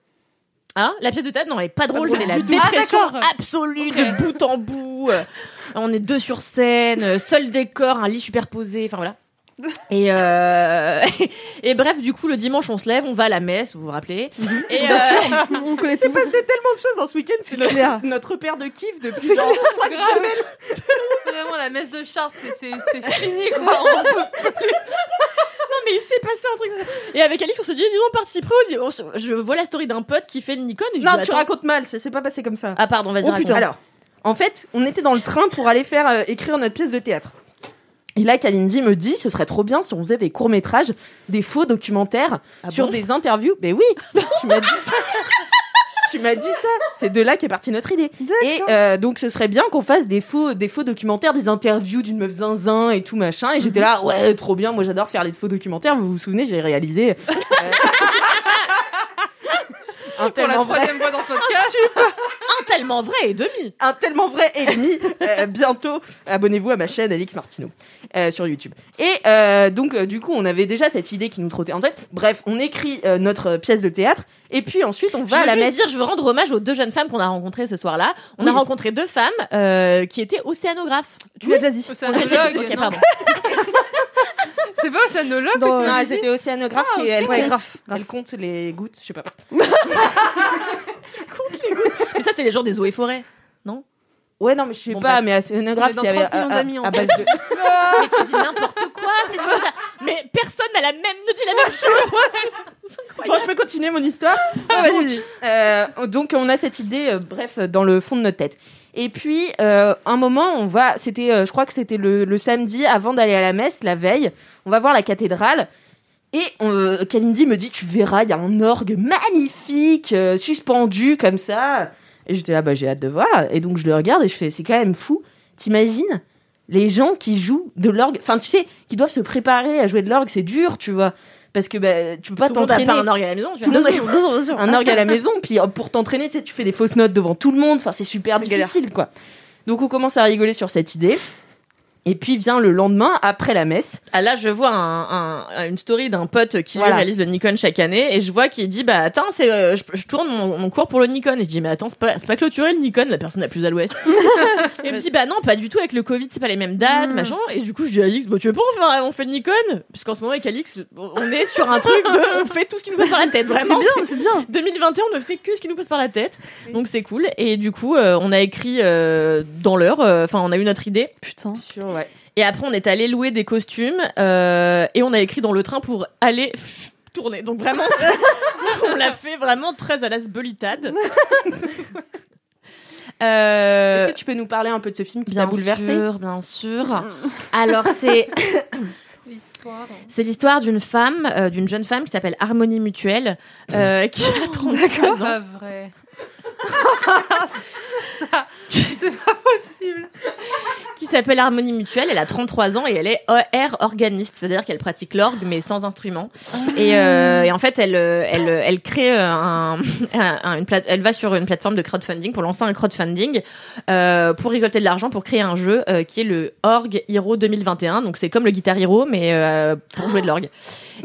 Hein la pièce de théâtre, non, elle est pas drôle,
drôle
c'est la
du tout.
dépression
Ah, d'accord.
absolue
Ok.
de bout en bout. Euh, On est deux sur scène, euh, seul décor, un lit superposé, enfin voilà. Et, euh, et bref, du coup, le dimanche, on se lève, on va à la messe, vous vous rappelez. Et euh,
On connaît
C'est passé tellement de choses dans ce week-end, c'est
clair.
notre, notre père de kiff depuis genre cinq
Grave.
semaines.
Vraiment, la messe de Chartres, c'est- c'est c'est fini, quoi. On peut-
mais il s'est passé un truc. Et avec Alix, on s'est dit, nous on participerait. au- on se- je vois la story d'un pote qui fait une icône. Et je
Non,
dis,
tu
attends.
racontes mal, c'est c'est pas passé comme ça.
Ah pardon, vas-y.
Oh putain.
raconte.
Alors, en fait, on était dans le train pour aller faire euh, écrire notre pièce de théâtre. Et là, Kalindi me dit, ce serait trop bien si on faisait des courts métrages, des faux documentaires
Ah
sur
bon
des interviews. Mais oui, tu m'as dit ça. tu m'as dit ça. C'est de là qu'est partie notre idée. Et euh, donc, ce serait bien qu'on fasse des faux, des faux documentaires, des interviews d'une meuf zinzin et tout machin. Et j'étais là, ouais, trop bien. Moi, j'adore faire les faux documentaires. Vous vous souvenez, j'ai réalisé. euh, un
Pour la
tellement vrai-
troisième fois dans ce podcast.
un tellement vrai et demi.
un tellement vrai ennemi. Euh, bientôt, abonnez-vous à ma chaîne Alix Martineau euh, sur YouTube. Et euh, donc, euh, du coup, on avait déjà cette idée qui nous trottait en tête. Bref, on écrit euh, notre pièce de théâtre et puis ensuite on
Je
va
veux
à la
juste
messe.
dire, je veux rendre hommage aux deux jeunes femmes qu'on a rencontrées ce soir-là. On a rencontré deux femmes euh, qui étaient océanographes.
Tu l'as déjà dit.
C'est un ologue,
Ok,
non.
pardon.
C'est pas océanologue que
Non,
tu m'as
elles
dit
étaient océanographes
Ah,
et
ok.
elles,
Ouais,
comptent,
grave,
elles comptent les gouttes, je sais pas.
Mais ça, c'est les gens des eaux et forêts.
Ouais, non, mais je sais
Bon,
pas,
bref.
mais océanographe,
On
il y
est dans
avait
30 millions
à- à-
d'amis, en
à
fait.
base de- Ah.
Mais tu dis n'importe quoi, c'est quoi ça Mais personne n'a la même, ne dit la même chose.
Bon, je peux continuer mon histoire.
Ah,
donc, euh, donc, on a cette idée, euh, bref, dans le fond de notre tête. Et puis, euh, un moment, on va, c'était, euh, je crois que c'était le, le samedi avant d'aller à la messe, la veille, on va voir la cathédrale. Et on- euh, Kalindi me dit, tu verras, il y a un orgue magnifique, euh, suspendu comme ça. Et j'étais là, bah, j'ai hâte de voir. Et donc, je le regarde et je fais, c'est quand même fou. T'imagines les gens qui jouent de l'orgue, enfin, tu sais, qui doivent se préparer à jouer de l'orgue, c'est dur, tu vois. Parce que bah, tu peux pas
Tout le monde a
t'entraîner
pas un orgue à la maison, tu
Tout
vois.
le monde un orgue à la maison, puis euh, pour t'entraîner, tu sais, tu fais des fausses notes devant tout le monde, enfin c'est super difficile quoi. Donc on commence à rigoler sur cette idée. Et puis vient le lendemain après la messe.
Ah là, je vois un- un- une story d'un pote qui lui
Voilà.
réalise le Nikon chaque année et je vois qu'il dit bah attends, c'est euh, je, je tourne mon, mon cours pour le Nikon et je dis mais attends, c'est pas c'est pas clôturé le Nikon, la personne la plus à l'ouest. et il me dit bah non, pas du tout avec le Covid, c'est pas les mêmes
Hmm.
dates, machin. Et du coup, je dis à Alix, bah tu veux pas on fait, on fait le Nikon parce qu'en ce moment avec Alix, on est sur un truc de on fait tout ce qui nous passe par la tête, vraiment.
c'est bien.
2021, on ne fait que ce qui nous passe par la tête, donc c'est cool. Et du coup, euh, on a écrit euh, dans l'heure, euh, enfin, on a eu notre idée.
Putain.
Et après, on est allé louer des costumes euh, et on a écrit dans le train pour aller pff, tourner. Donc vraiment, c'est- on l'a fait vraiment très à la sbelitade. Euh,
Est-ce que tu peux nous parler un peu de ce film qui t'a
Bien
bouleversé
sûr, bien sûr. Alors c'est c'est l'histoire d'une femme, euh, d'une jeune femme qui s'appelle Harmonie Mutuelle, euh, qui a 33
C'est
ans.
pas vrai. Ça, c'est pas possible.
qui s'appelle Harmonie Mutuelle. Elle a 33 ans et elle est OR organiste, c'est-à-dire qu'elle pratique l'orgue mais sans instrument. Et, euh, et en fait, elle, euh, elle, euh, elle crée euh, un, un- une plate- elle va sur une plateforme de crowdfunding pour lancer un crowdfunding euh, pour récolter de l'argent pour créer un jeu euh, qui est le Org Hero 2021. Donc c'est comme le Guitar Hero mais euh, pour jouer de l'orgue.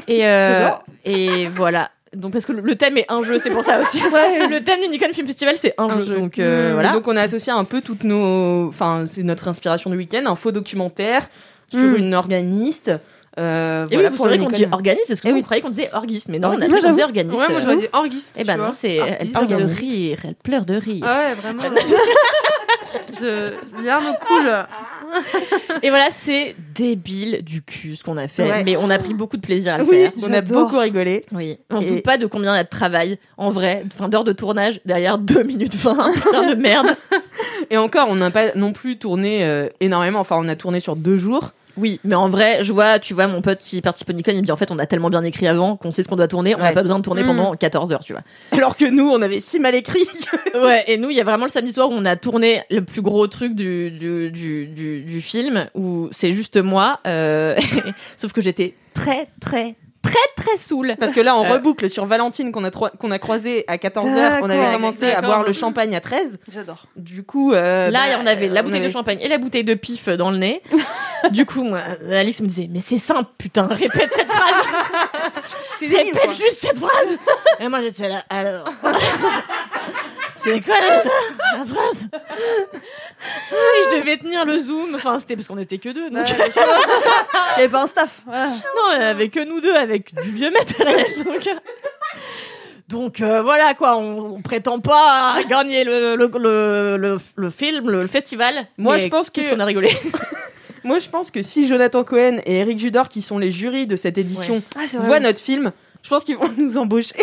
Et, euh, et voilà. Donc parce que le- le thème est un jeu, c'est pour ça aussi. Le thème du Nikon Film Festival, c'est un,
Un jeu.
jeu. Donc euh,
Et
voilà.
donc on a associé un peu toutes nos, enfin c'est notre inspiration du week-end, un faux documentaire sur
Mm.
une organiste. Euh,
Hmm. Et
voilà
oui, vous
pour
saurez
le
qu'on dit
Nikon.
organiste, parce que
Eh
vous
oui.
croyez qu'on disait orguiste, mais non,
Ouais,
on
moi,
a dit qu'on disait
j'avoue.
organiste.
Ouais, moi j'aurais dit orguiste.
Eh ben non, c'est elle pleure de
organiste.
rire, elle pleure de rire.
Ah ouais, vraiment. Je... L'arme coule.
Et voilà, c'est débile du cul ce qu'on a fait,
Ouais.
mais on a pris beaucoup de plaisir à le
Oui,
faire.
on a
J'adore.
beaucoup rigolé.
Oui. On se
Et-
doute pas de combien il y a de travail en vrai, enfin d'heures de tournage derrière 2 minutes 20, putain de merde.
Et encore, on n'a pas non plus tourné euh, énormément. Enfin, on a tourné sur deux jours.
Oui, mais en vrai, je vois, tu vois mon pote qui participe au Nikon, il me dit en fait, on a tellement bien écrit avant qu'on sait ce qu'on doit tourner, on n'a
Ouais.
pas besoin de tourner
Mm.
pendant 14 heures, tu vois.
Alors que nous, on avait si mal écrit.
Ouais, et nous, il y a vraiment le samedi soir où on a tourné le plus gros truc du, du, du, du, du film, où c'est juste moi, euh, sauf que j'étais très, très, très très saoule.
Parce que là, on reboucle sur Valentine qu'on a, troi- qu'on a croisée à 14h. On avait
D'accord.
commencé à
D'accord.
boire le champagne à 13.
J'adore.
Du coup, euh,
Là,
bah,
on avait la
euh,
bouteille
avait-
de champagne et la bouteille de pif dans le nez. du coup, moi, Alix me disait, mais c'est simple, putain, répète cette phrase, répète juste cette phrase. et moi, j'étais là, alors. c'est quoi ça, la phrase Et je devais tenir le zoom, enfin, c'était parce qu'on était que deux. Donc...
Il y avait pas un staff. voilà.
Non, il n'y avait que nous deux avec du vieux matériel. Donc, euh, donc euh, voilà quoi, on, on prétend pas à gagner le, le, le, le, le film, le, le festival.
Moi,
mais
je pense
qu'est-ce
que-
qu'on a rigolé.
Moi, je pense que si Jonathan Cohen et Eric Judor, qui sont les jurys de cette édition,
Ah, c'est
voient notre film, je pense qu'ils vont nous embaucher.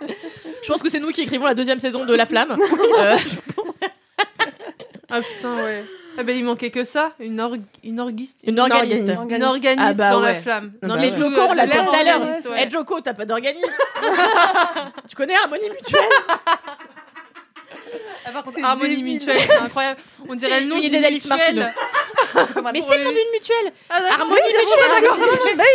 Je pense que c'est nous qui écrivons la deuxième saison de La Flamme. Euh,
Ah putain, ouais. Ah ben il manquait que ça, une, org- une orguiste.
une organiste.
organiste.
Une organiste
Ah bah
dans
ouais.
la flamme.
Non
Bah
mais
ouais.
Joko, on l'appelle tout à
Organiste,
l'heure.
euh, ouais.
Eh Joko, t'as pas d'organiste. tu connais Harmonie Mutuelle
Ah, par contre,
C'est
Harmonie
débile.
Mutuelle, c'est incroyable. On dirait
C'est
le nom
une idée
d'une
d'Alice Martineau.
mutuelle.
Mais c'est le nom d'une mutuelle.
Ah, d'accord.
Harmonie Mutuelle.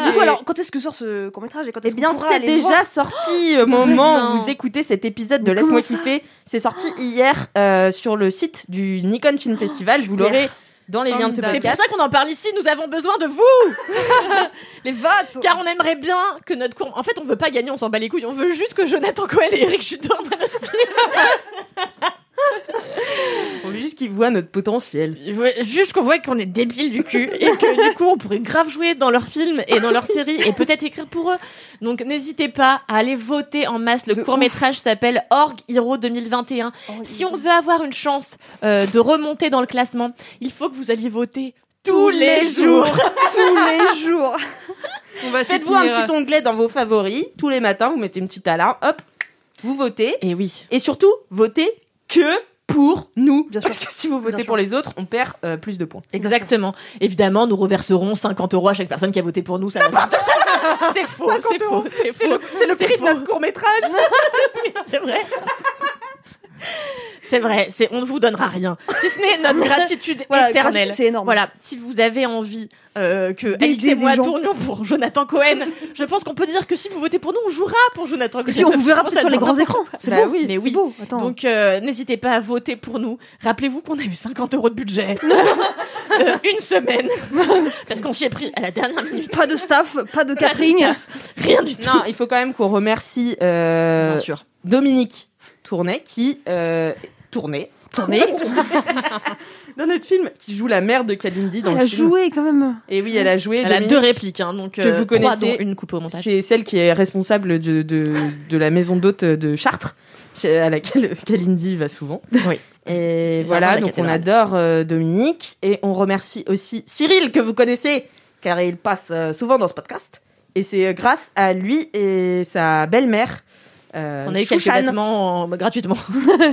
Et Du coup, alors, quand est-ce que sort ce court-métrage et quand est-ce
Eh bien,
qu'on pourra
c'est
aller le voir
déjà sorti au moment où
Non.
vous écoutez cet épisode de
Mais
Laisse-moi
comment ça
kiffer. C'est sorti hier euh, sur le site du Nikon Chin Festival. Vous l'aurez dans les liens de ce
Formidable.
C'est pour
podcast.
ça qu'on en parle ici. Nous avons besoin de vous.
Les votes
Car on aimerait bien que notre cours. En fait, on veut pas gagner, on s'en bat les couilles. On veut juste que Jonathan Cohen et Eric Judor voient notre
On veut juste qu'ils voient notre potentiel.
film. Ouais, Juste qu'on voit qu'on est débile du cul et que du coup, on pourrait grave jouer dans leurs films et dans leurs séries et peut-être écrire pour eux. Donc, n'hésitez pas à aller voter en masse. Le court métrage s'appelle Org Hero 2021. Si on veut avoir une chance euh, de remonter dans le classement, il faut que vous alliez voter tous les jours.
Tous les jours
On va
Faites-vous un
euh,
petit onglet dans vos favoris. Tous les matins, vous mettez une petite alarme. Hop, vous votez.
Et oui.
Et surtout, votez que pour nous. Parce que si vous votez
sûr.
pour les autres, on perd euh, plus de points.
Exactement. Évidemment, nous reverserons 50 euros à chaque personne qui a voté pour nous. Ça va c'est faux, c'est faux, c'est faux. C'est le prix de notre court métrage. c'est vrai. C'est vrai. C'est on ne vous donnera rien, si ce n'est notre gratitude
Ah Voilà,
éternelle.
gratitude, C'est énorme.
Voilà, si vous avez envie euh, que
D'aider
Alix et moi
des gens.
tournions pour Jonathan Cohen, je pense qu'on peut dire que si vous votez pour nous, on jouera pour Jonathan Cohen.
Et puis on vous verra
Ça
peut-être sur les
devient
grands écrans. C'est
Bah
beau.
oui, mais
C'est
oui.
beau. Attends.
donc euh, n'hésitez pas à voter pour nous. Rappelez-vous qu'on a eu 50 euros de budget Euh, une semaine parce qu'on s'y est pris à la dernière minute.
pas de staff, pas de
Pas de
Catherine.
staff, rien du tout.
Non, il faut quand même qu'on remercie euh,
Bien sûr.
Dominique Tournet qui euh, tournait
Tournée.
dans notre film qui joue la mère de Kalindi dans
Elle
le
a
film.
joué quand même.
Et oui, elle a joué.
Elle a
Dominique,
deux répliques, hein, donc
que
euh,
vous
trois
connaissez.
dont une coupée au montage.
C'est celle qui est responsable de, de, de la maison d'hôte de Chartres chez- à laquelle Kalindi va souvent.
Oui.
Et
Vraiment
voilà,
la
donc on
cathédrale.
adore euh, Dominique et on remercie aussi Cyril que vous connaissez car il passe euh, souvent dans ce podcast. Et c'est euh, grâce à lui et sa belle-mère. euh,
On a eu quelques
Chouchane,
vêtements en- bah, gratuitement.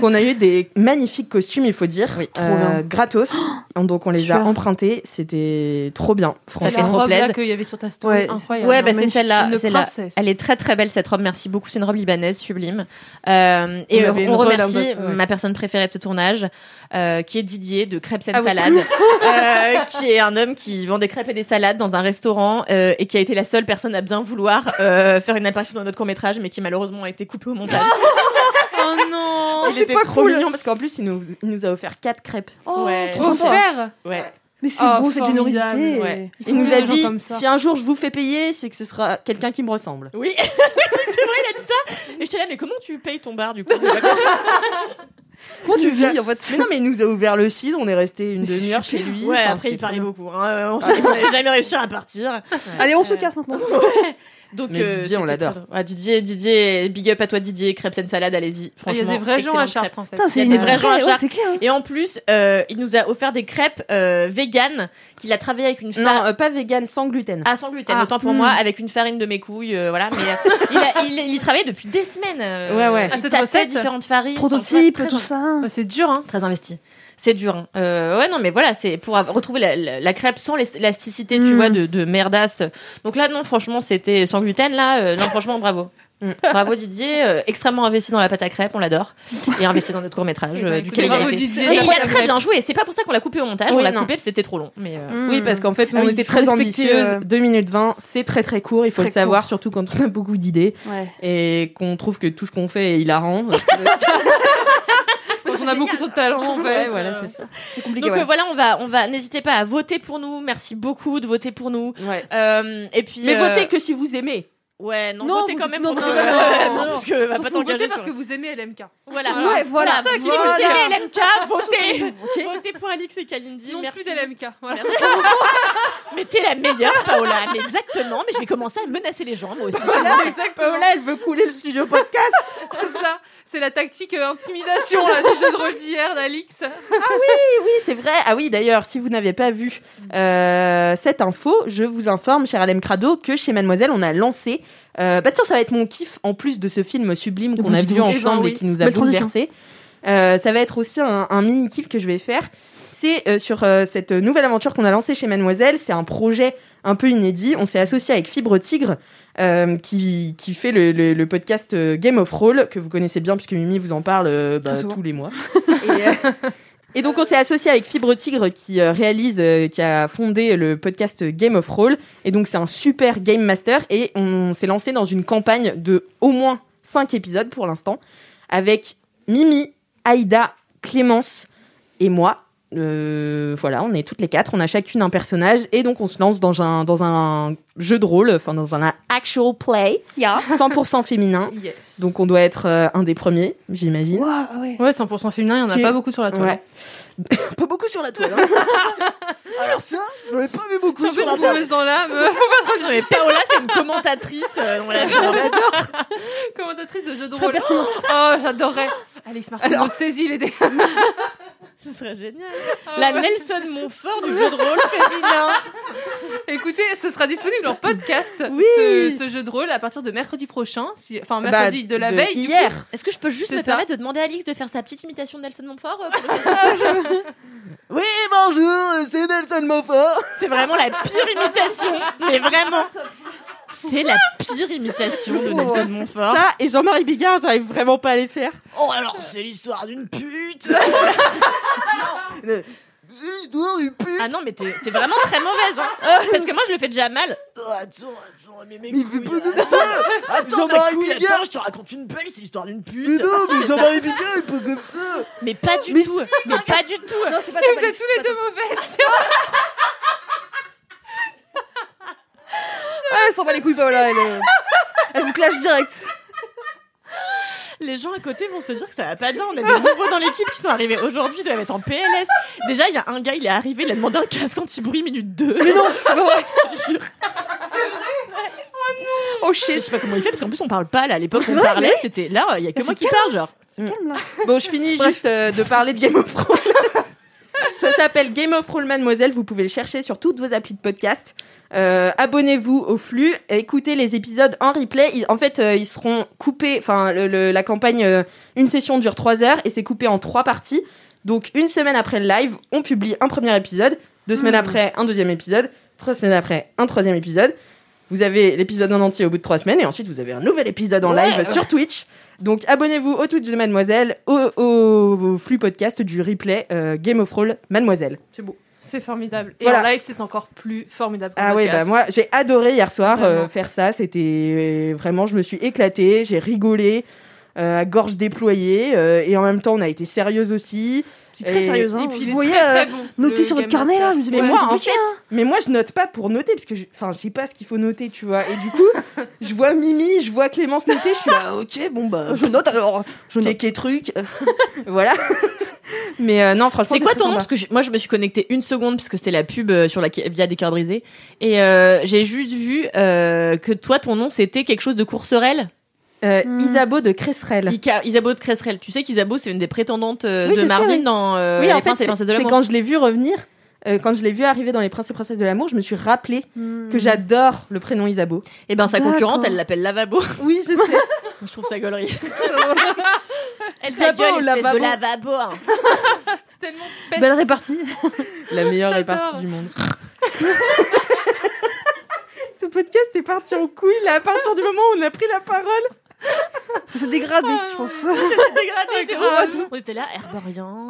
qu'on a eu des magnifiques costumes, il faut dire, euh,
Oui,
trop bien.
gratos. Donc on les a
Super.
empruntés, c'était trop bien.
Ça fait
la
Franchement,
trop
robe, là,
plaisir.
qu'il y avait sur ta story,
Ouais.
incroyable.
Ouais, bah, c'est
Magnifique.
celle-là,
Une
celle-là.
princesse.
Elle est très très belle cette robe, merci beaucoup. C'est une robe libanaise sublime. Euh, et
On
euh,
avait
on,
une robe
remercie
un peu- ouais.
ma personne préférée de ce tournage, euh, qui est Didier de Crêpes and
Ah oui.
Salades, euh, qui est un homme qui vend des crêpes et des salades dans un restaurant euh, et qui a été la seule personne à bien vouloir euh, faire une apparition dans notre court métrage, mais qui malheureusement a été coupée au montage.
Oh non
il était trop mignon parce qu'en plus il nous, il nous a offert quatre crêpes.
Oh,
Ouais.
trop sympa.
Offert
Ouais.
Mais c'est
Oh,
beau cette
formidable,
générosité.
ouais.
Il faut
Il nous
des
a
gens
dit
comme ça.
si un jour je vous fais payer, c'est que ce sera quelqu'un qui me ressemble.
Oui, c'est vrai, il a dit ça. Et j'étais là, mais comment tu payes ton bar du coup
Comment tu
Il nous a-
vis en fait
Mais non, mais il nous a ouvert le site, on est resté une
Mais c'est
demi-heure chez
super.
lui.
Ouais,
Enfin,
après il
c'était
parlait
trop
beaucoup. hein. On savait qu'on allait jamais réussir à partir.
Allez, on se casse maintenant.
Donc euh,
Mais Didier,
c'était
on l'adore.
très drôle. Ouais, Didier, Didier, big up à toi Didier, crêpes and salade, allez-y.
Ah, Il y
Franchement,
a des vrais gens à
excellente crêpe.
Chartres en fait.
Putain, c'est
Il y a
une
des vrais gens à
vraie, ouais,
Chartres.
c'est clair. hein.
Et en plus, euh, il nous a offert des crêpes euh, véganes qu'il a travaillé avec une
bien. Non,
farine.
euh, pas vegan, sans gluten.
Ah, sans gluten,
Ah,
autant pour
hmm.
moi, avec une farine de mes couilles, euh, voilà. Mais euh, il, a, il, il y travaillait depuis des semaines. euh,
Ouais, ouais.
Ah,
Il
cette
tâtait
recette
différentes farines.
Prototype,
Franchement,
tout ça.
Bah, C'est dur, hein.
très, très investi. C'est dur. hein. Euh, ouais, non, mais voilà, c'est pour avoir- retrouver la, la- la crêpe sans l'est- l'élasticité, tu
Hmm.
vois, de, de merdasse. Donc là, non, franchement, c'était sans gluten, là. euh, non, franchement, bravo. Mm. Bravo Didier, euh, extrêmement investi dans la pâte à crêpes, on l'adore, et investi dans notre court métrage.
Eh ben,
Euh, du
écoutez, bravo Didier, la
il
pâte
a
à
très
crêpes.
bien joué. C'est pas pour ça qu'on l'a coupé au montage,
Oui,
on l'a
non.
coupé parce que c'était trop long. Mais euh,
Oui, parce qu'en fait,
Ah
on
oui,
était
faut
très
respecter,
ambitieuse.
euh,
2 minutes 20, c'est très très court, il
C'est
faut le
très court.
savoir, surtout quand on a beaucoup d'idées
Ouais.
et qu'on trouve que tout ce qu'on fait est hilarant. Parce que-
Parce qu'on a beaucoup trop de talent, en fait.
ouais, voilà, c'est ça.
C'est compliqué.
donc
ouais.
euh, voilà, on va, on va. N'hésitez pas à voter pour nous. Merci beaucoup de voter pour nous.
Ouais.
Euh, et puis
Mais
euh,
votez que si vous aimez.
Ouais, non,
Non,
votez
vous-
quand même
non,
pour
votez
nous.
quand
même.
Non, parce que va pas
Faut voter
t'engager.
parce
sur-
que vous aimez LMK.
Voilà.
Ouais, voilà.
Si vous
Voilà.
aimez LMK, votez.
Ok.
Votez pour Alix et Kalindi.
Sinon,
Merci.
plus d'LMK. Voilà.
Mais t'es la meilleure, Paola. Mais exactement. Mais je vais commencer à menacer les gens, moi aussi.
Voilà, Paola, elle veut couler le studio podcast.
C'est ça. C'est la tactique euh, intimidation, là, du jeu de rôle d'hier d'Alix.
Oui, c'est vrai. Ah oui, d'ailleurs, si vous n'avez pas vu euh, cette info, je vous informe, cher Alem Crado, que chez Mademoiselle, on a lancé. euh, bah tiens, ça va être mon kiff en plus de ce film sublime qu'on a vu ensemble
oui.
et qui nous a
Belle transition.
bouleversé. Euh, ça va être aussi un, un mini kiff que je vais faire. C'est euh, sur euh, cette nouvelle aventure qu'on a lancée chez Mademoiselle. C'est un projet un peu inédit. On s'est associé avec Fibre Tigre, euh, qui, qui fait le, le- le podcast euh, Game of Roll, que vous connaissez bien puisque Mimi vous en parle euh, bah,
Très souvent.
tous les mois. et, euh, et donc on s'est associé avec Fibre Tigre qui euh, réalise, euh, qui a fondé le podcast Game of Roll. Et donc c'est un super game master et on s'est lancé dans une campagne de au moins 5 épisodes pour l'instant avec Mimi, Aïda, Clémence et moi. Euh, voilà, on est toutes les quatre, on a chacune un personnage et donc on se lance dans un, dans un jeu de rôle, enfin dans un actual play, 100% féminin.
Yes.
Donc on doit être euh, un des premiers, j'imagine.
Ouah, ah ouais.
Ouais, 100% féminin, il y en a
Stylé.
pas beaucoup sur la toile.
Ouais. pas beaucoup sur la toile. hein. Alors ça, j'en ai pas vu beaucoup
J'ai un peu de mauvaise dans l'âme. Faut pas trop dire.
Mais Paola, c'est une commentatrice. euh, on la-
Commentatrice de jeux de rôle. Oh, j'adorerais. Alex Martin nous saisit les dé-
Ce serait génial.
Ah
La
ouais.
Nelson Montfort du jeu de rôle féminin.
Écoutez, ce sera disponible en podcast,
Oui. Bah,
ce, ce jeu de rôle, à partir de mercredi prochain. si- Enfin, mercredi de la veille. du
Hier.
Est-ce que je peux juste
C'est
me
ça.
permettre de demander à Alix de faire sa petite imitation de Nelson Montfort euh, pour le-
Oui, bonjour, c'est Nelson Moffat.
C'est vraiment la pire imitation. Mais vraiment. C'est la pire imitation de Nelson Montfort.
Ça et Jean-Marie Bigard, j'arrive vraiment pas à les faire.
Oh alors c'est l'histoire d'une pute Non. C'est l'histoire d'une pute
Ah non, mais t'es t'es vraiment très mauvaise. hein. Parce que moi, je le fais déjà mal.
Oh, Attends, attends, mais mes
Mais il
couilles,
fait pas
là.
comme ça
Attends,
Jean-Marie
ma couille,
Bigard.
attends, je te raconte une belle, c'est l'histoire d'une pute
Mais non,
Ça,
mais
ça-
Jean-Marie Bigard, il est pas comme ça
Mais pas du tout. mais pas du tout.
Non, c'est pas
coup.
ta
Vous êtes
valise.
tous les deux mauvaises.
Ah,
Elle s'en bat les couilles, Paola. Elle, euh, elle vous clash direct.
Les gens à côté vont se dire que ça va pas bien. On a des nouveaux dans l'équipe qui sont arrivés aujourd'hui, ils doivent être en PLS. Déjà, il y a un gars, il est arrivé, il a demandé un casque anti-bruit minute 2. Mais non, c'est vrai. Je te jure.
Oh
Je
shit.
sais pas comment il fait parce qu'en plus, on parle pas là. À l'époque, on parlait, c'était là, il y a que moi qui parle, genre. Mm.
Calme, là.
Bon, je finis juste euh, de parler de Game of Thrones. Ça s'appelle Game of Thrones Mademoiselle, vous pouvez le chercher sur toutes vos applis de podcast. Euh, Abonnez-vous au flux, écoutez les épisodes en replay. Ils- en fait, euh, ils seront coupés, enfin, le- le- la campagne, euh, une session dure 3 heures et c'est coupé en 3 parties. Donc, une semaine après le live, on publie un premier épisode, deux semaines après, un deuxième épisode, trois semaines après, un troisième épisode. Vous avez l'épisode en entier au bout de 3 semaines et ensuite, vous avez un nouvel épisode en
Ouais.
live sur Twitch. Donc abonnez-vous au Twitch de Mademoiselle, au, au- au flux podcast du replay euh, Game of Roll Mademoiselle. C'est beau.
C'est formidable. Et
Voilà.
en live, c'est encore plus formidable. qu'en
Ah oui, bah
podcast.
moi j'ai adoré hier soir euh,
Vraiment.
faire ça. C'était
euh,
vraiment, je me suis éclatée, j'ai rigolé euh, à gorge déployée euh, et en même temps on a été sérieuse aussi.
C'est très
Et-
sérieux. Hein.
Et puis, il est
vous voyez,
très,
euh,
très bon,
notez
le
sur votre
Game
carnet là.
Master.
Je me suis dit,
Mais
mais
moi,
c'est
en
compliqué,
fait,
hein.
Mais moi, je note pas pour noter, parce que je, enfin, je sais pas ce qu'il faut noter, tu vois. Et du coup, je vois Mimi, je vois Clémence noter, je suis là, ok, bon bah, je note alors, je note quel truc, voilà. Mais euh, non, franchement,
C'est quoi
très
ton nom
sympa.
Parce que je- moi, je me suis connectée une seconde parce que c'était la pub euh, sur la via des cœurs brisés et euh, j'ai juste vu euh, que toi, ton nom, c'était quelque chose de Courcerelle.
Euh,
Hmm.
Isabeau de Cresserelle.
Ica- Isabeau de Cresserelle. Tu sais qu'Isabeau, c'est une des prétendantes euh,
Oui, je
de
sais,
Marvin
oui.
dans euh,
oui,
Les
en fait,
Princes et
c'est
Princesses de
c'est
l'amour.
quand je l'ai vu revenir, euh, quand je l'ai vu arriver dans Les Princes et Princesses de l'amour, je me suis rappelé
Mm.
que j'adore le prénom Isabeau.
Et ben, sa
D'accord.
concurrente, elle l'appelle Lavabo.
Oui, je sais.
je trouve ça gaulerie. elle
Isabeau,
s'appelle
Lavabo.
de Lavabo. hein.
C'est tellement bête.
Belle répartie.
La meilleure
J'adore.
répartie du monde. Ce podcast est parti en couille là, à partir du moment où on a pris la parole.
Ça s'est dégradé, je pense.
dégradé
grave.
On était là, herbarium,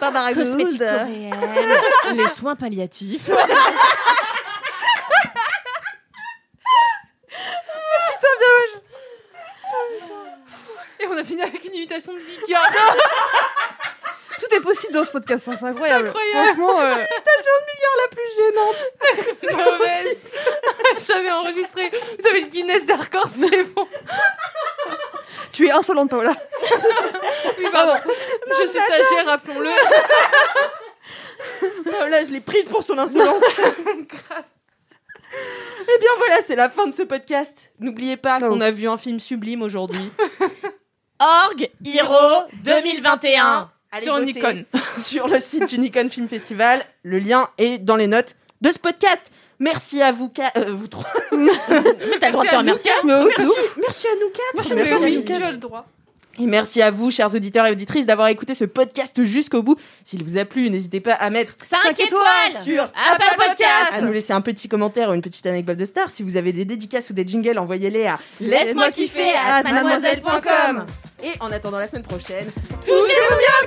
Barbara
cosmétique
Gould.
coréenne, les soins palliatifs.
Et on a fini avec une imitation de Bigard.
Tout est possible dans ce podcast, hein, c'est incroyable.
Incroyable.
Franchement, euh,
Mauvaise. J'avais enregistré. Vous avez le Guinness des records, c'est bon.
tu es insolente, Paola.
Oui, pardon. Je suis stagiaire, rappelons-le.
Oh là, je l'ai prise pour son insolence. Eh bien voilà, c'est la fin de ce podcast. N'oubliez pas
Oh.
qu'on a vu un film sublime aujourd'hui.
Org Hero 2021.
Allez
Sur une
voter
icône.
Sur le site du Nikon Film Festival. Le lien est dans les notes de ce podcast. Merci à vous, ca- euh, vous trois.
Mais t'as le droit de te
C'est à nous,
remercier. hein.
Merci, merci à nous quatre.
Mais
Merci à nous
oui, tu
quatre.
as le droit.
Et merci à vous, chers auditeurs et auditrices, d'avoir écouté ce podcast jusqu'au bout. S'il vous a plu, n'hésitez pas à mettre
5 étoiles
sur
Apple
Ah. à
Podcast.
nous laisser un petit commentaire ou une petite anecdote de star. Si vous avez des dédicaces ou des jingles, envoyez-les à
Laisse-moi kiffer à mademoiselle.com.
Et en attendant la semaine prochaine,
Touchez-vous bien au